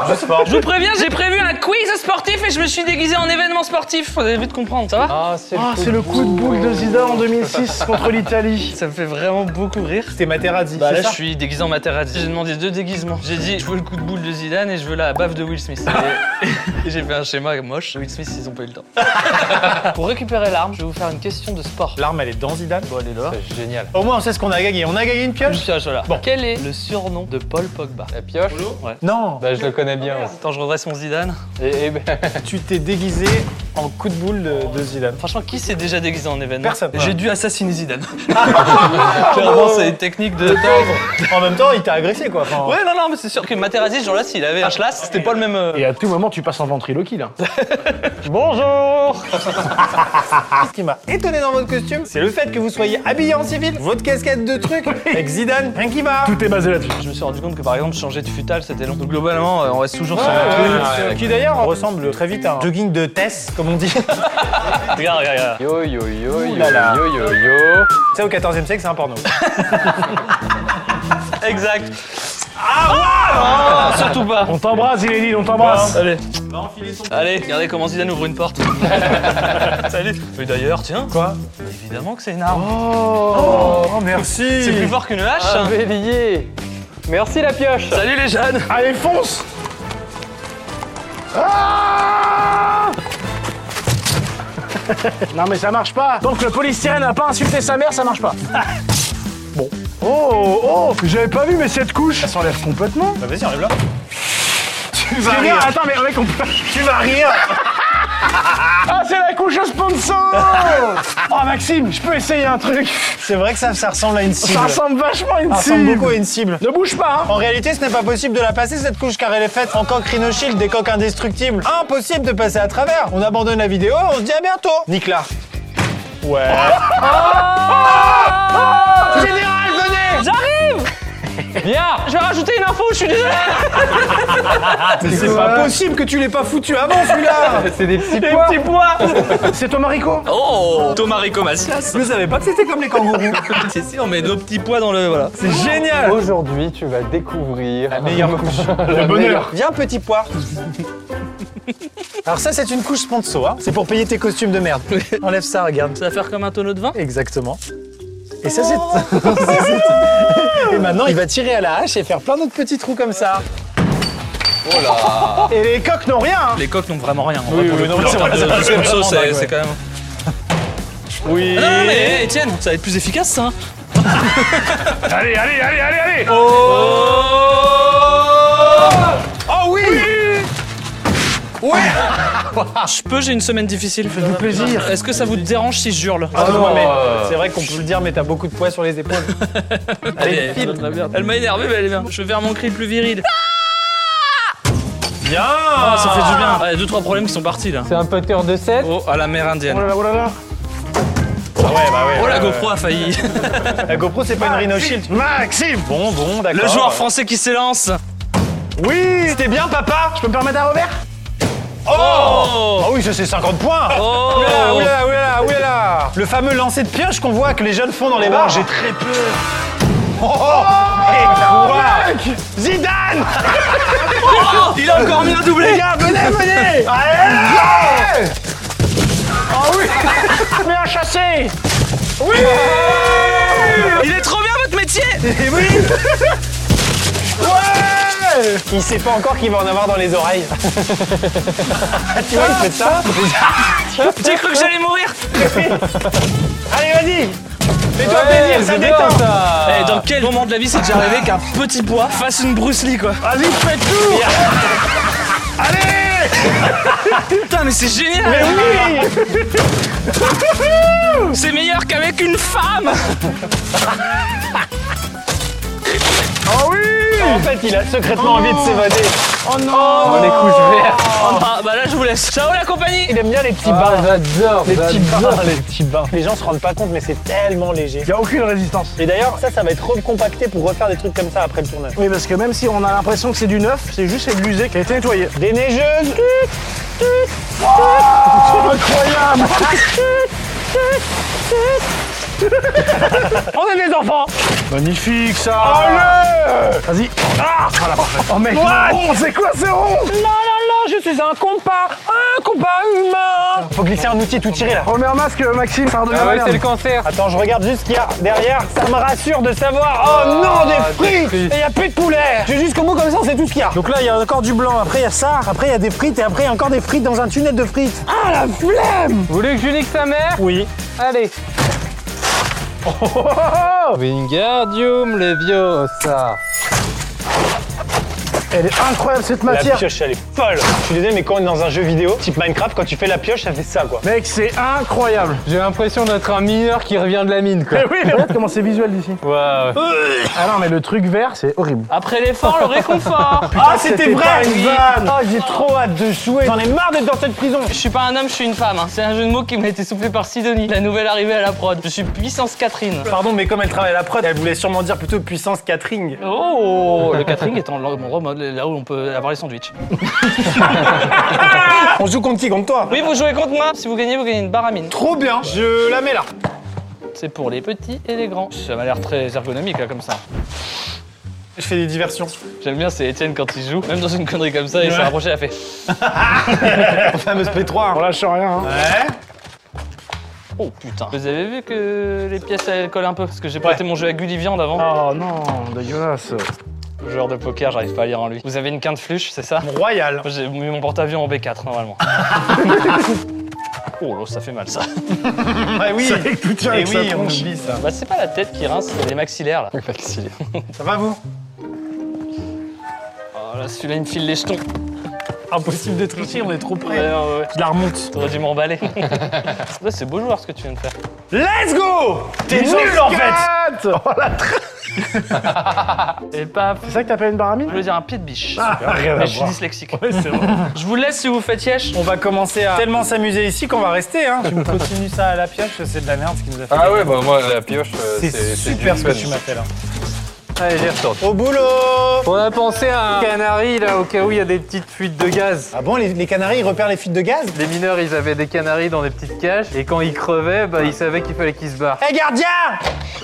A: Je sais pas.
E: Je vous préviens, j'ai prévu un quiz sportif et je me suis déguisé en événement sportif. Vous avez vite comprendre, ça va
F: Ah, c'est
D: Ah, c'est le coup de boule de Zida en
A: <laughs>
D: 2006 contre l'Italie.
C: ça me fait vraiment beaucoup rire.
A: C'était Materazzi,
C: Bah
A: c'est
C: là, je
A: ça
C: suis déguisé en Materazzi. J'ai demandé deux déguisements. J'ai dit, je veux le coup de boule de Zidane et je veux la baffe de Will Smith. Et, <laughs> et j'ai fait un schéma moche. Will Smith, ils ont pas eu le temps. <laughs> Pour récupérer l'arme, je vais vous faire une question de sport.
A: L'arme, elle est dans Zidane. Bon, elle est là.
C: <laughs> C'est génial.
A: Au moins, on sait ce qu'on a gagné. On a gagné une
C: Une
A: pioche
C: pioche, voilà.
A: Bon.
C: Quel est le surnom de Paul Pogba
B: La pioche
C: Ouais.
A: Non
B: Bah, je le connais bien. aussi.
C: Attends, je redresse mon Zidane.
B: Et, et ben,
A: <laughs> Tu t'es déguisé en coup de boule de, de Zidane.
C: Franchement, qui s'est déjà déguisé en événement
A: Personne.
C: J'ai dû assassiner Zidane. <laughs> Clairement, c'est une technique de tendre.
A: En même temps, il t'a agressé, quoi. Enfin,
C: Ouais, non, non, mais c'est sûr que Materazzi, ce jour-là, s'il avait un schlass, c'était pas le même. euh,
D: Et à tout moment, tu passes en ventriloquie là.
A: Bonjour Ce qui m'a étonné dans votre costume, c'est le fait que vous soyez habillé en civil, votre casquette de truc, avec Zidane, rien qui va
D: Tout est basé là-dessus.
C: Je me suis rendu compte que par exemple, changer de futal, c'était long. Donc globalement, euh, on reste toujours sur
A: Ouais,
C: notre
A: ouais, ouais, ouais. Euh, Qui d'ailleurs ressemble très vite à
D: hein.
A: un jogging de Tess, comme on dit. <laughs> regarde, regarde, regarde.
B: yo yo yo yo
A: là là.
B: yo yo yo.
A: Ça, au 14e siècle, c'est un porno.
C: Exact. Ah, Surtout pas.
D: On t'embrasse, Zinedine, on t'embrasse.
C: Allez. Allez, regardez comment Zidane ouvre une <laughs> porte. Salut. Mais d'ailleurs, tiens.
A: Quoi
C: Évidemment que c'est une arme.
A: Oh, merci
C: C'est plus fort qu'une hache. hein.
F: Bélier. Merci la pioche.
C: Salut les jeunes.
D: Allez, Ah, fonce Ah <laughs> non mais ça marche pas Tant que le policier n'a pas insulté sa mère, ça
A: <laughs>
D: marche pas Bon. Oh, oh J'avais pas vu, mais cette couche, elle s'enlève complètement Bah vas-y, enlève-la Tu
A: vas rire.
D: Attends, mais mec, on peut...
A: <laughs> Tu vas rire
D: <laughs> Ah, c'est la couche sponsor
A: <laughs>
D: Oh, Maxime, je peux essayer un truc
A: C'est vrai que ça, ça ressemble à une cible.
D: Ça ressemble vachement à une
A: Ça ressemble
D: cible.
A: beaucoup à une cible.
D: Ne bouge pas
A: En réalité, ce n'est pas possible de la passer cette couche car elle est faite en coque Rhino Shield, des coques indestructibles. Impossible de passer à travers. On abandonne la vidéo, on se dit à bientôt. Nick là. Ouais.
F: Ah
A: Ah
F: Général, venez Ah J'arrive Viens Je vais rajouter une info, je suis désolé
A: Mais c'est pas possible que tu l'aies pas foutu avant celui-là.
B: C'est des petits
F: Les petits pois
D: hein. C'est toi, Marico
C: Oh Thomas Rico Macias
A: Je savais pas que c'était comme les kangourous.
C: C'est sûr, on met nos petits pois dans le. Voilà.
A: C'est génial.
B: Aujourd'hui, tu vas découvrir la
A: meilleure couche.
B: Le bonheur.
A: Viens, petit pois. Alors ça, c'est une couche sponsor. hein. C'est pour payer tes costumes de merde. Enlève ça, regarde.
F: Ça va faire comme un tonneau de vin
A: Exactement. Et ça, c'est... <laughs> ça, c'est- et maintenant, il va tirer à la hache et faire plein d'autres petits trous comme ça.
C: Oh là
D: Et les coques n'ont rien hein.
C: Les coques n'ont vraiment rien.
A: Oui, oui, non, mais c'est vrai, c'est vrai, c'est
C: Comme
A: vraiment
C: ça, Ah,
A: dingue,
C: c'est c'est
A: ouais.
C: quand même.
A: Oui.
C: Ah Non, mais Etienne, ça va être plus efficace ça. hein.
D: Allez, allez, allez, allez, allez
A: Oh oui,
C: Ah, Je peux, j'ai une semaine difficile. Faites-vous
D: plaisir.
C: Est-ce que ça vous dérange si je hurle
A: Ah non, mais
B: Euh.
A: c'est vrai qu'on peut le dire, mais t'as beaucoup de poids sur les épaules.
C: Elle est- Elle m'a énervé, mais elle est bien. Je vais faire mon cri plus viril.
A: Bien
C: Ah, ça fait du bien. Ah, Il y a deux, trois problèmes qui sont partis là.
F: C'est un putter de 7.
C: Oh, à la mer
D: Oh
C: indienne.
D: là là, oh là là
A: Ah ouais, bah ouais.
C: Oh, la
A: ouais,
C: GoPro a failli.
A: ouais. La GoPro, c'est pas
D: Ah,
A: une Rhino Shield.
D: Maxime
A: Bon, bon, d'accord.
C: Le joueur français qui s'élance.
A: Oui C'était bien, papa
D: Je peux me permettre à Robert
A: Oh oui, ça, c'est 50 points
C: Oh.
A: Oulala, oulala, oulala, oulala Le fameux lancer de pioche qu'on voit que les jeunes font dans les bars. J'ai très peur. Oh, Et quoi Zidane
C: Oh, il a encore mis un doublé.
A: Les gars, venez,
C: <laughs>
A: venez Ah Allez
C: <laughs>
D: Mais à chasser
A: Oh.
C: Il est trop bien votre
A: <laughs>
C: métier.
A: Ouais Il sait pas encore qu'il va en avoir dans les oreilles. <laughs> tu vois, il fait
C: Ah.
A: ça.
C: J'ai cru que j'allais mourir.
A: Allez, vas-y Fais-toi plaisir, ça détend
C: Eh, dans quel moment de la vie c'est déjà arrivé qu'un petit poids fasse une Bruce Lee quoi
F: Ah,
D: Vas-y, fais tout
F: <laughs>
C: Putain, mais c'est génial.
F: <laughs>
C: C'est meilleur qu'avec une femme.
A: En fait, il a secrètement envie de s'évader. Oh,
F: les couches vertes.
C: Ah, bah là je vous laisse. Ciao la compagnie.
A: Il aime bien les petits bars.
F: J'adore.
A: Les petits bars, les petits bars. Les gens se rendent pas compte, mais c'est tellement léger.
D: Y a aucune résistance.
A: Et d'ailleurs, ça, ça va être recompacté pour refaire des trucs comme ça après le tournage.
D: Oui, parce que même si on a l'impression que c'est du neuf, c'est juste c'est de l'usé qui a été nettoyé.
A: Des neigeuses
D: Incroyable
A: On est des enfants
D: Magnifique ça Vas-y Ah Ah, la parfaite. Oh mec,
A: What
D: rond, c'est quoi ce rond
A: La la la, je suis un compas Un compas humain Faut glisser un outil et tout tirer, là.
D: Remets un masque, Maxime, ça redevient
B: Ah ouais,
D: la
B: c'est le
D: merde.
B: cancer.
A: Attends, je regarde juste ce qu'il y a derrière. Ça me rassure de savoir. Oh non, des frites Et il n'y a plus de poulet J'ai jusqu'au bout comme ça, c'est tout ce qu'il y a. Donc là, il y a encore du blanc, après il y a ça, après il y a des frites, et après il y a encore des frites dans un tunnel de frites. Ah, la flemme
B: Vous voulez que je nique sa mère
A: Oui.
B: Allez.
D: Oh
B: Wingardium Leviosa.
D: Elle est incroyable cette
A: La
D: matière.
A: pioche, elle est folle Je suis désolé, mais quand on est dans un jeu vidéo, type Minecraft, quand tu fais la pioche, ça fait ça, quoi.
D: Mec, c'est incroyable.
B: J'ai l'impression d'être un mineur qui revient de la mine quoi.
D: Eh <laughs> oui, mais regarde comment c'est visuel d'ici.
B: Ouais, ouais.
D: Ah non, mais le truc vert, c'est horrible.
F: Après l'effort, le <laughs> réconfort.
A: Ah, c'était
D: pas
A: vrai
D: une
A: Oui.
D: vanne.
A: Ah, j'ai trop hâte de jouer J'en ai marre d'être dans cette prison
F: Je suis pas un homme, je suis une femme. hein. C'est un jeu de mots qui m'a été soufflé par Sidonie, la nouvelle arrivée à la prod. Je suis puissance Catherine.
A: Pardon, mais comme elle travaille à la prod, elle voulait sûrement dire plutôt puissance catering.
F: Oh, <laughs> le catering est en mode là où on peut avoir les sandwichs.
A: On joue contre qui Contre toi
F: Oui, vous jouez contre moi. Si vous gagnez, vous gagnez une baramine.
A: Trop bien Je la mets là
F: C'est pour les petits et les grands. Ça m'a l'air très ergonomique là comme ça.
A: Je fais des diversions.
F: J'aime bien, c'est Étienne quand il joue, même dans une connerie comme ça, il s'est rapproché, il a fait.
A: Fameuse P3.
D: On lâche rien. hein.
A: Ouais.
F: Oh putain. Vous avez vu que les pièces elles collent un peu parce que j'ai prêté mon jeu à Gulliviande
A: Ah.
F: avant.
D: Oh non, dégueulasse.
F: Le joueur de poker, j'arrive pas à lire en lui. Vous avez une quinte fluche, c'est ça
A: Royal.
F: Moi, J'ai mis mon porte-avions en B4 normalement.
C: Oh là, ça fait mal ça.
A: Ah <laughs> oui. Ça fait que tout tient
C: Eh
A: avec sa
C: oui, on
A: tronche.
C: oublie ça. Bah, c'est pas la tête qui rince, c'est les maxillaires là. Les maxillaires.
A: Ça va vous
C: Oh là, celui-là il me file les jetons.
A: Impossible de tricher, on est trop près.
C: Ouais, ouais, ouais.
A: Je la remonte.
C: T'aurais
A: <laughs>
C: dû m'emballer. Là, c'est beau joueur ce que tu viens de faire.
A: Let's go
C: T'es nul, en fait.
D: fait Oh la tra-
C: Et paf.
D: C'est ça que t'appelles une baramine
C: Je voulais dire un pied de biche.
A: Ah,
C: Super.
A: rien à
C: Mais je suis
A: voir.
C: dyslexique.
A: Ouais, c'est vrai.
C: <laughs> Je vous laisse si vous faites yesh.
A: On va commencer à tellement s'amuser ici qu'on va rester. Hein. Tu me continues ça à la pioche, c'est de la merde ce qui nous a fait.
I: Ah ouais, bah moi, la pioche, euh,
A: C'est super
I: du
A: ce que
I: fun.
A: tu m'as fait là.
I: Allez, j'y retourne.
A: Au boulot
I: On a pensé à un canari, là, au cas où il y a des petites fuites de gaz.
A: Ah bon, les, les canaris ils repèrent les fuites de gaz
I: Les mineurs, ils avaient des canaris dans des petites cages, et quand ils crevaient, bah, ils savaient qu'il fallait qu'ils se barrent.
A: Hé Eh, gardien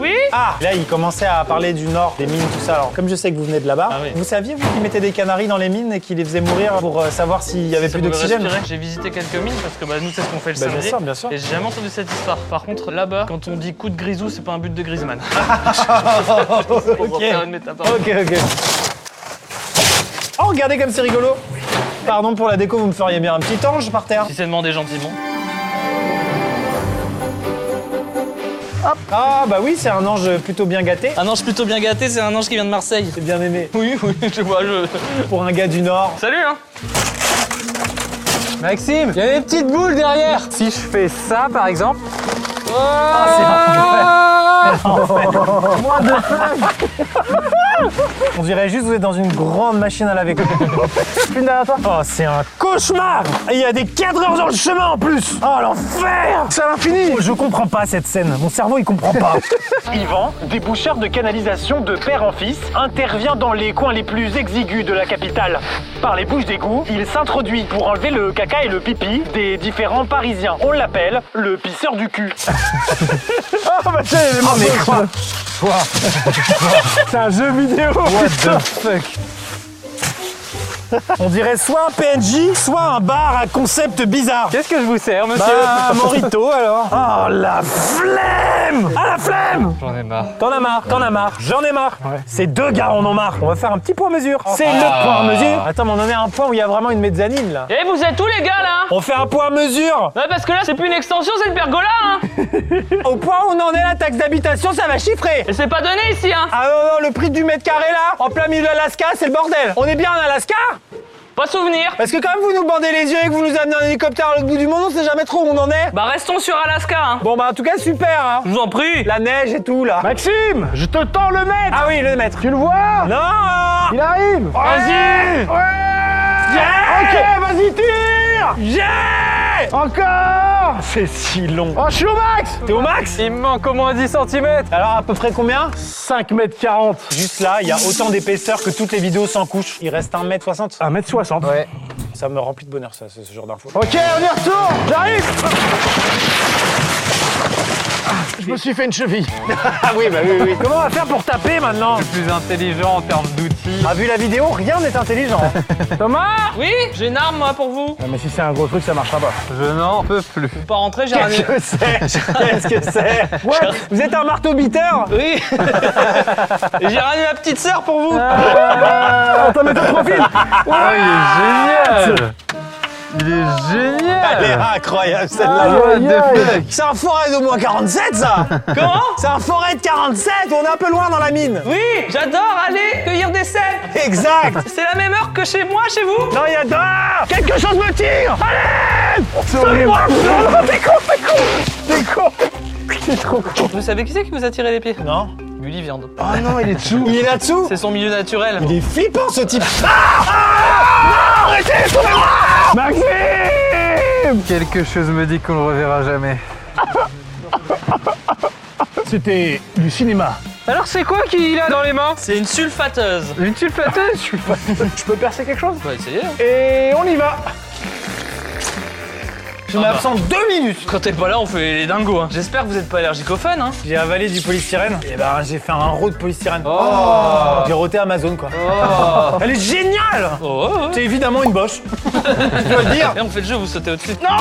C: Oui
A: Ah Là, il commençait à parler du nord, des mines, tout ça. Alors, comme je sais que vous venez de là-bas,
C: Ah oui.
A: vous saviez, vous, qu'ils mettaient des canaris dans les mines et qu'ils les faisaient mourir pour euh, savoir s'il y avait
C: Ça
A: plus
C: pouvait
A: d'oxygène
C: respirer. J'ai visité quelques mines parce que bah, nous, c'est ce qu'on fait le
A: Bah, bien
C: samedi.
A: sûr, bien sûr.
C: Et j'ai jamais entendu cette histoire. Par contre, là-bas, quand on dit coup de grisou, c'est pas un but
A: <laughs>
C: de Griezmann. Pour
A: Ok.
C: faire une métaphore.
A: Ok, ok. Oh, regardez comme c'est rigolo Pardon pour la déco, vous me feriez bien un petit ange par terre.
C: Si c'est demandé gentiment.
A: Ah, bah oui, c'est un ange plutôt bien gâté.
J: Un ange plutôt bien gâté, c'est un ange qui vient de Marseille.
A: C'est bien aimé.
C: Oui, oui, je vois, je.
A: Pour un gars du Nord.
C: Salut, hein
I: Maxime, il y a des petites boules derrière Si je fais ça, par exemple...
A: Ah, <laughs> On dirait juste que vous êtes dans une grande machine à laver. Une dernière fois. Oh, c'est un cauchemar Et Il y a des cadreurs dans le chemin en plus Oh, l'enfer C'est à l'infini Je comprends pas cette scène. Mon cerveau, il comprend pas. Yvan, déboucheur de canalisation de père en fils, intervient dans les coins les plus exigus de la capitale. Par les bouches d'égout, il s'introduit pour enlever le caca et le pipi des différents Parisiens. On l'appelle le pisseur du cul. <laughs> Ah,
D: Oh bah tiens, il y a les morceaux.
A: <laughs>
D: C'est un jeu vidéo putain.
A: On dirait soit un PNJ, soit un bar à concept bizarre.
I: Qu'est-ce que je vous sers, monsieur
A: Bah, un Morito alors Oh la flemme Ah la flemme
I: J'en ai marre.
A: T'en as marre, t'en as marre, j'en ai marre Ces deux gars en ont marre On va faire un petit point mesure C'est le point mesure Ah. Attends, mais on en est à un point où il y a vraiment une mezzanine là
C: Eh, vous êtes où, les gars, là hein
A: On fait un point mesure
C: Ouais, parce que là, c'est plus une extension, c'est le pergola, hein
A: Au point où on en est la taxe d'habitation, ça va chiffrer
C: Et c'est pas donné ici, hein
A: Ah non, non, le prix du mètre carré là En plein milieu de l'Alaska, c'est le bordel On est bien en Alaska
C: Pas souvenir
A: Parce que quand même vous nous bandez les yeux et que vous nous amenez en hélicoptère à l'autre bout du monde, on sait jamais trop où on en est
C: Bah, restons sur Alaska, hein
A: Bon bah en tout cas super hein
C: Je vous en prie
A: La neige et tout là
D: Maxime, je te tends le mètre
A: Ah oui, Bah, le maître
D: Tu le vois
A: Non
D: Il arrive
A: Vas-y
D: Ok, vas-y, tire
A: Yeah
D: Encore
A: C'est si long.
D: Oh, je suis au max
A: T'es au max
I: Il me manque au moins 10 cm
A: Alors à peu près combien
D: 5 m 40.
A: Juste là, il y a autant d'épaisseur que toutes les vidéos sans couche. Il reste 1m60.
D: 1 m 60.
I: Ouais.
A: Ça me remplit de bonheur ça, ce ce genre d'infos.
D: Ok, on y retourne J'arrive Je me suis fait une <laughs> cheville.
A: Ah oui, bah oui, oui. Comment on va faire pour taper maintenant
I: Je suis plus intelligent en termes d'outils.
A: Ah vu la vidéo, rien n'est
D: <laughs>
A: intelligent.
C: Thomas Ah, Oui J'ai une arme, moi, pour vous.
D: Non, Ah, mais si c'est un gros truc, ça marchera pas.
I: Je n'en peux
D: <laughs>
I: plus.
C: Faut pas rentrer, j'ai un...
A: Qu'est-ce
I: <laughs>
A: que c'est Qu'est-ce que c'est What Vous êtes un marteau biteur
C: <laughs>
A: <laughs>
C: Oui J'ai ramené ma petite sœur pour vous
D: Ah, t'en mets ton profil
I: Ah, il est génial Il est génial
A: Elle est incroyable celle-là.
D: Ah,
I: What the
D: aïe,
I: fuck
A: C'est un forêt d'au moins 47
C: <laughs>
A: ça
C: Comment
A: C'est un forêt de 47, on est un peu loin dans la mine.
C: Oui J'adore aller cueillir des cèpes
A: Exact
C: C'est la même heure que chez moi, chez vous
A: Non, il y a dehors Quelque chose me tire
D: C'est horrible
C: Vous savez qui c'est qui vous a tiré les pieds
A: Non
C: Gulli Viande.
D: Oh non, il est dessous
A: Il est là-dessous
C: C'est Ah. son milieu naturel.
A: Il est flippant ce type
D: Maxime
I: Quelque chose me dit qu'on le reverra jamais.
D: C'était du cinéma.
I: Alors c'est quoi qu'il a dans les mains
C: C'est une sulfateuse.
I: Une sulfateuse Je suis pas...
D: Je peux percer quelque chose
C: On va essayer. hein.
D: Et on y va
A: Je m'absente deux minutes
C: Quand t'es pas là, on fait les dingos. hein. J'espère que vous êtes pas allergique au fun. Hein.
A: J'ai avalé du polystyrène. Et ben j'ai fait un road polystyrène.
C: Oh.
A: Oh. J'ai roté Amazon quoi. Elle est géniale
C: Oh, oh, oh.
A: C'est évidemment une
C: <laughs>
A: boche. Je dois le dire.
C: Eh, on fait le jeu, vous sautez au-dessus. Non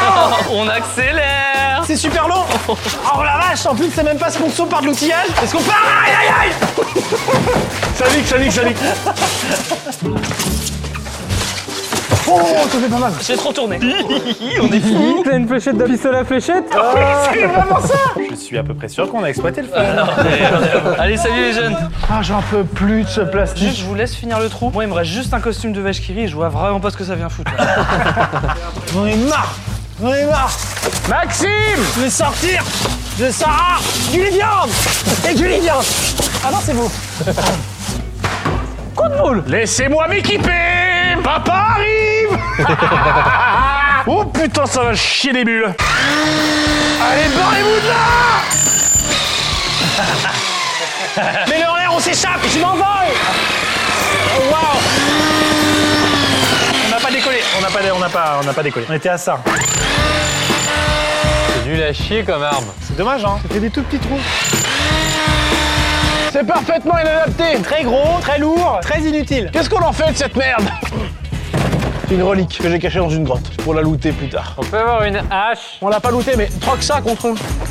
C: <laughs> On accélère
A: C'est super <laughs> long Oh la vache En plus c'est même pas sponsor par de l'outillage Est-ce qu'on part Aïe aïe aïe
D: Ça nique, ça nique, ça nique Oh, ça fait pas mal.
C: J'ai trop tourné.
A: On est fou.
K: T'as une fléchette de pistolet à fléchette
D: <laughs>
A: c'est vraiment ça Oh, Je suis à peu près sûr qu'on a exploité le feu.
C: Allez, salut les jeunes.
D: Ah, j'en peux plus de ce plastique.
C: Juste, je vous laisse finir le trou. Moi, il me reste juste un costume de vache qui rit et je vois vraiment pas ce que ça vient foutre. là.
D: J'en ai marre. J'en ai marre. Maxime Je vais sortir de Sarah du viande Et du viande Ah non, c'est vous. Coup de boule Laissez-moi m'équiper Papa <laughs> arrive Oh putain, ça va chier des bulles Allez, barrez-vous de là <laughs> Mais le l'air, on s'échappe Je m'envole Oh, Waouh
A: On n'a pas décollé. On n'a pas, dé- on n'a pas, on n'a pas décollé. On était à ça.
K: C'est nul à chier comme arme.
A: C'est dommage, hein. C'était des tout petits trous.
D: C'est parfaitement inadapté
A: Très gros, très lourd, très inutile.
D: Qu'est-ce qu'on en fait de cette merde C'est une relique que j'ai cachée dans une grotte pour la looter plus tard.
K: On peut avoir une hache.
D: On l'a pas lootée, mais troque ça contre.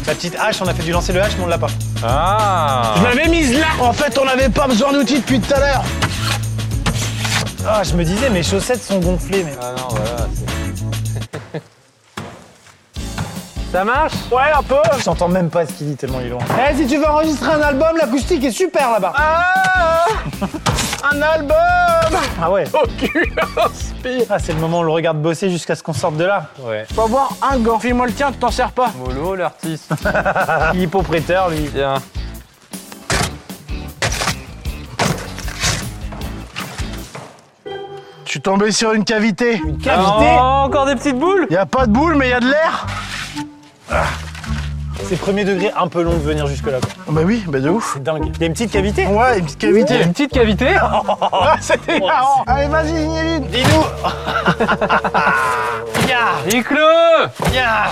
A: La petite hache, on a fait du lancer de hache, mais on l'a pas.
K: Ah
D: Je l'avais mise là En fait, on n'avait pas besoin d'outils depuis tout à l'heure
A: Ah, je me disais, mes chaussettes sont gonflées, mais.
K: Ah non, voilà. <laughs> Ça marche
D: Ouais, un peu
A: J'entends même pas ce qu'il dit tellement il est loin.
D: Eh, si tu veux enregistrer un album, l'acoustique est super là-bas Un album
A: Ah ouais. <laughs>
D: Aucune inspire
A: Ah, c'est le moment où on le regarde bosser jusqu'à ce qu'on sorte de là.
K: Ouais.
D: Faut avoir un gant. File-moi le tien, tu t'en sers pas.
K: Molo l'artiste. Ah.
A: Il est hypoprêteur, lui.
K: Tiens.
D: Je suis tombé sur une cavité. Une
A: Cavité
K: Oh, encore des petites boules
D: Y a pas de boule, mais y a de l'air
A: C'est premier degré un peu long de venir jusque-là. quoi.
D: Ah Bah oui, bah de ouf.
A: C'est dingue. Il y a une petite cavité
D: Ouais, une petite cavité.
K: Une petite cavité
D: Ah, c'était marrant Allez, vas-y, Yéline
A: Dis-nous
K: Nique-le
A: Nya.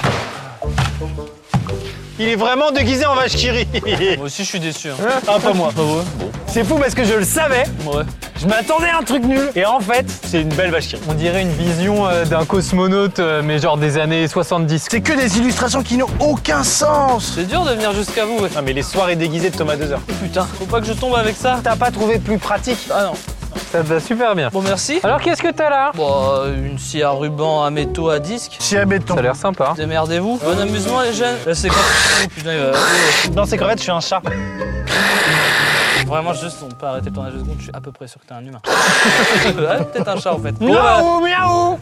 A: Il est vraiment déguisé en vache qui rit.
C: Moi aussi, je suis déçu. hein.
A: Ah, pas moi. C'est fou parce que je le savais.
C: Ouais.
A: Je m'attendais à un truc nul. Et en fait, c'est une belle vache qui rit.
K: On dirait une vision euh, d'un cosmonaute, euh, mais genre des années 70.
D: C'est que des illustrations qui n'ont aucun sens
C: C'est dur de venir jusqu'à vous. ouais.
A: Non, Ah, mais les soirées déguisées de Thomas 2h.
C: Putain, faut pas que je tombe avec ça.
A: T'as pas trouvé plus pratique
C: Ah non.
K: Ça te va super bien.
C: Bon, merci.
K: Alors qu'est-ce que t'as là
C: Bon, euh, une scie à ruban, à métaux, à disque.
D: Si à béton.
K: Ça a l'air sympa.
C: Démerdez-vous. Bon amusement, les jeunes. Là, c'est quoi Oh, Putain, il va. oh,
A: Dans ces crevettes, je suis un chat.
C: Vraiment, juste, on peut arrêter le tournage deux secondes. Je suis à peu près sûr que t'es <laughs> un humain. ouais, peut-être un chat, en fait. Bon, euh,
D: Miaou, miaou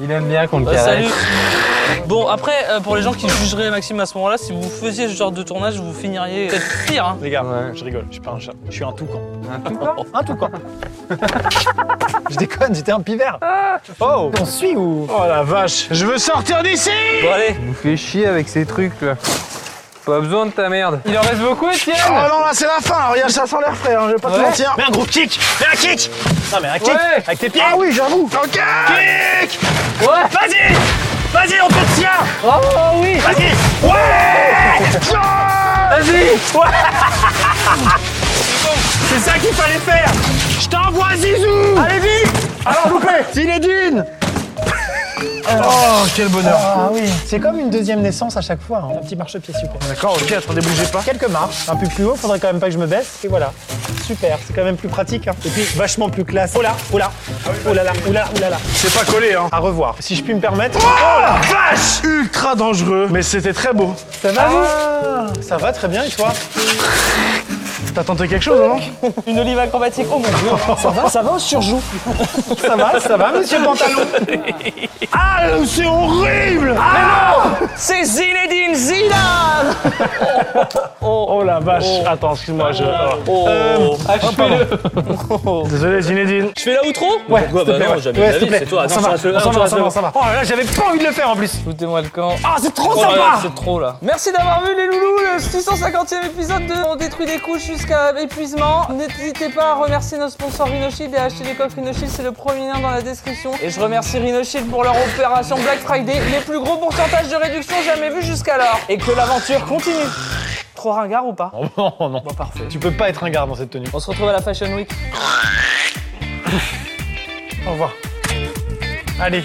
K: Il aime bien qu'on le
C: Bah,
K: caresse.
C: salut Bon après euh, pour les gens qui jugeraient Maxime à ce moment là si vous faisiez ce genre de tournage vous finiriez peut-être pire hein.
A: Les gars,
K: Ouais.
A: je rigole, je suis pas un chat. Je suis un toucan. <laughs> Un toucan Je déconne, j'étais un pivert. Oh On suit ou
D: Oh la vache Je veux sortir d'ici
C: Bon allez
K: Il nous fait chier avec ces trucs là. Pas besoin de ta merde. Il en reste beaucoup,
D: Oh
A: Ah,
K: Etienne
D: non, là c'est la fin Regarde, ça sent l'air frais, hein, je vais pas te
K: Ouais.
D: mentir
A: Mets un gros kick Mets un kick Non mais un kick
K: Ouais.
A: Avec tes pieds
D: Ah oui, j'avoue Ok
A: Kick
K: Ouais
A: Vas-y Vas-y, on te tient
K: Oh oui
A: Vas-y Ouais
K: Vas-y
A: C'est ça qu'il fallait faire
D: Je t'envoie Zizou Allez vite Alors loupé Zinedine Oh, quel bonheur
A: Ah oui C'est comme une deuxième naissance à chaque fois, hein. un petit marche-pied super.
D: D'accord, ok, attendez, bougez pas.
A: Quelques marches, un peu plus haut, faudrait quand même pas que je me baisse, et voilà. Super, c'est quand même plus pratique, hein. et puis vachement plus classe. Oh là, oh là, oh là là, oh là, oh là là.
D: C'est pas collé, hein
A: À revoir, si je puis me permettre.
D: Oh la vache Ultra dangereux, mais c'était très beau.
A: Ça va vous bah, Ça va très bien et toi
D: T'as tenté quelque chose, non
C: Une olive acrobatique oh mon dieu
A: Ça va, ça va au surjoue Ça va, ça va <laughs> monsieur Pantalon
D: Ah, c'est horrible
C: Ah <laughs> C'est
A: <laughs>
C: Zinedine Zidane
D: Oh la vache Attends, excuse-moi, je... oh.
C: Oh
K: Achevez-le
C: <laughs>
D: Désolé Zinedine.
C: Je fais là outro
A: Ouais, s'il te
C: bah
A: plaît,
C: non
A: ouais.
C: jamais
A: Ouais,
C: de la
A: s'il te
C: vie
A: plaît.
C: c'est toi
A: On s'en
C: Attends,
A: va,
C: je te
A: on
C: laisse
A: s'en
C: le-
A: va, on
C: je te
A: s'en va, on
C: laisse
A: s'en
C: le-
A: va. Oh là là, j'avais pas envie de le faire en plus
C: Foutez-moi le camp
A: Ah, c'est trop
C: Oh là là,
A: sympa
C: c'est trop là. Merci d'avoir vu les loulous, le 650e épisode de On détruit des couches jusqu'à épuisement. N'hésitez pas à remercier nos sponsors Rhinoshield et à acheter les coques Rhinoshield, c'est le premier lien dans la description. Et je remercie Rhinoshield pour leur opération Black Friday, les plus gros pourcentages de réduction jamais vus jusqu'alors. Et que l'aventure continue. Trop ringard ou pas
A: Oh Non, non.
C: Bon, parfait.
A: Tu peux pas être un garde dans cette tenue.
C: On se retrouve à la Fashion Week.
A: Au revoir. Allez.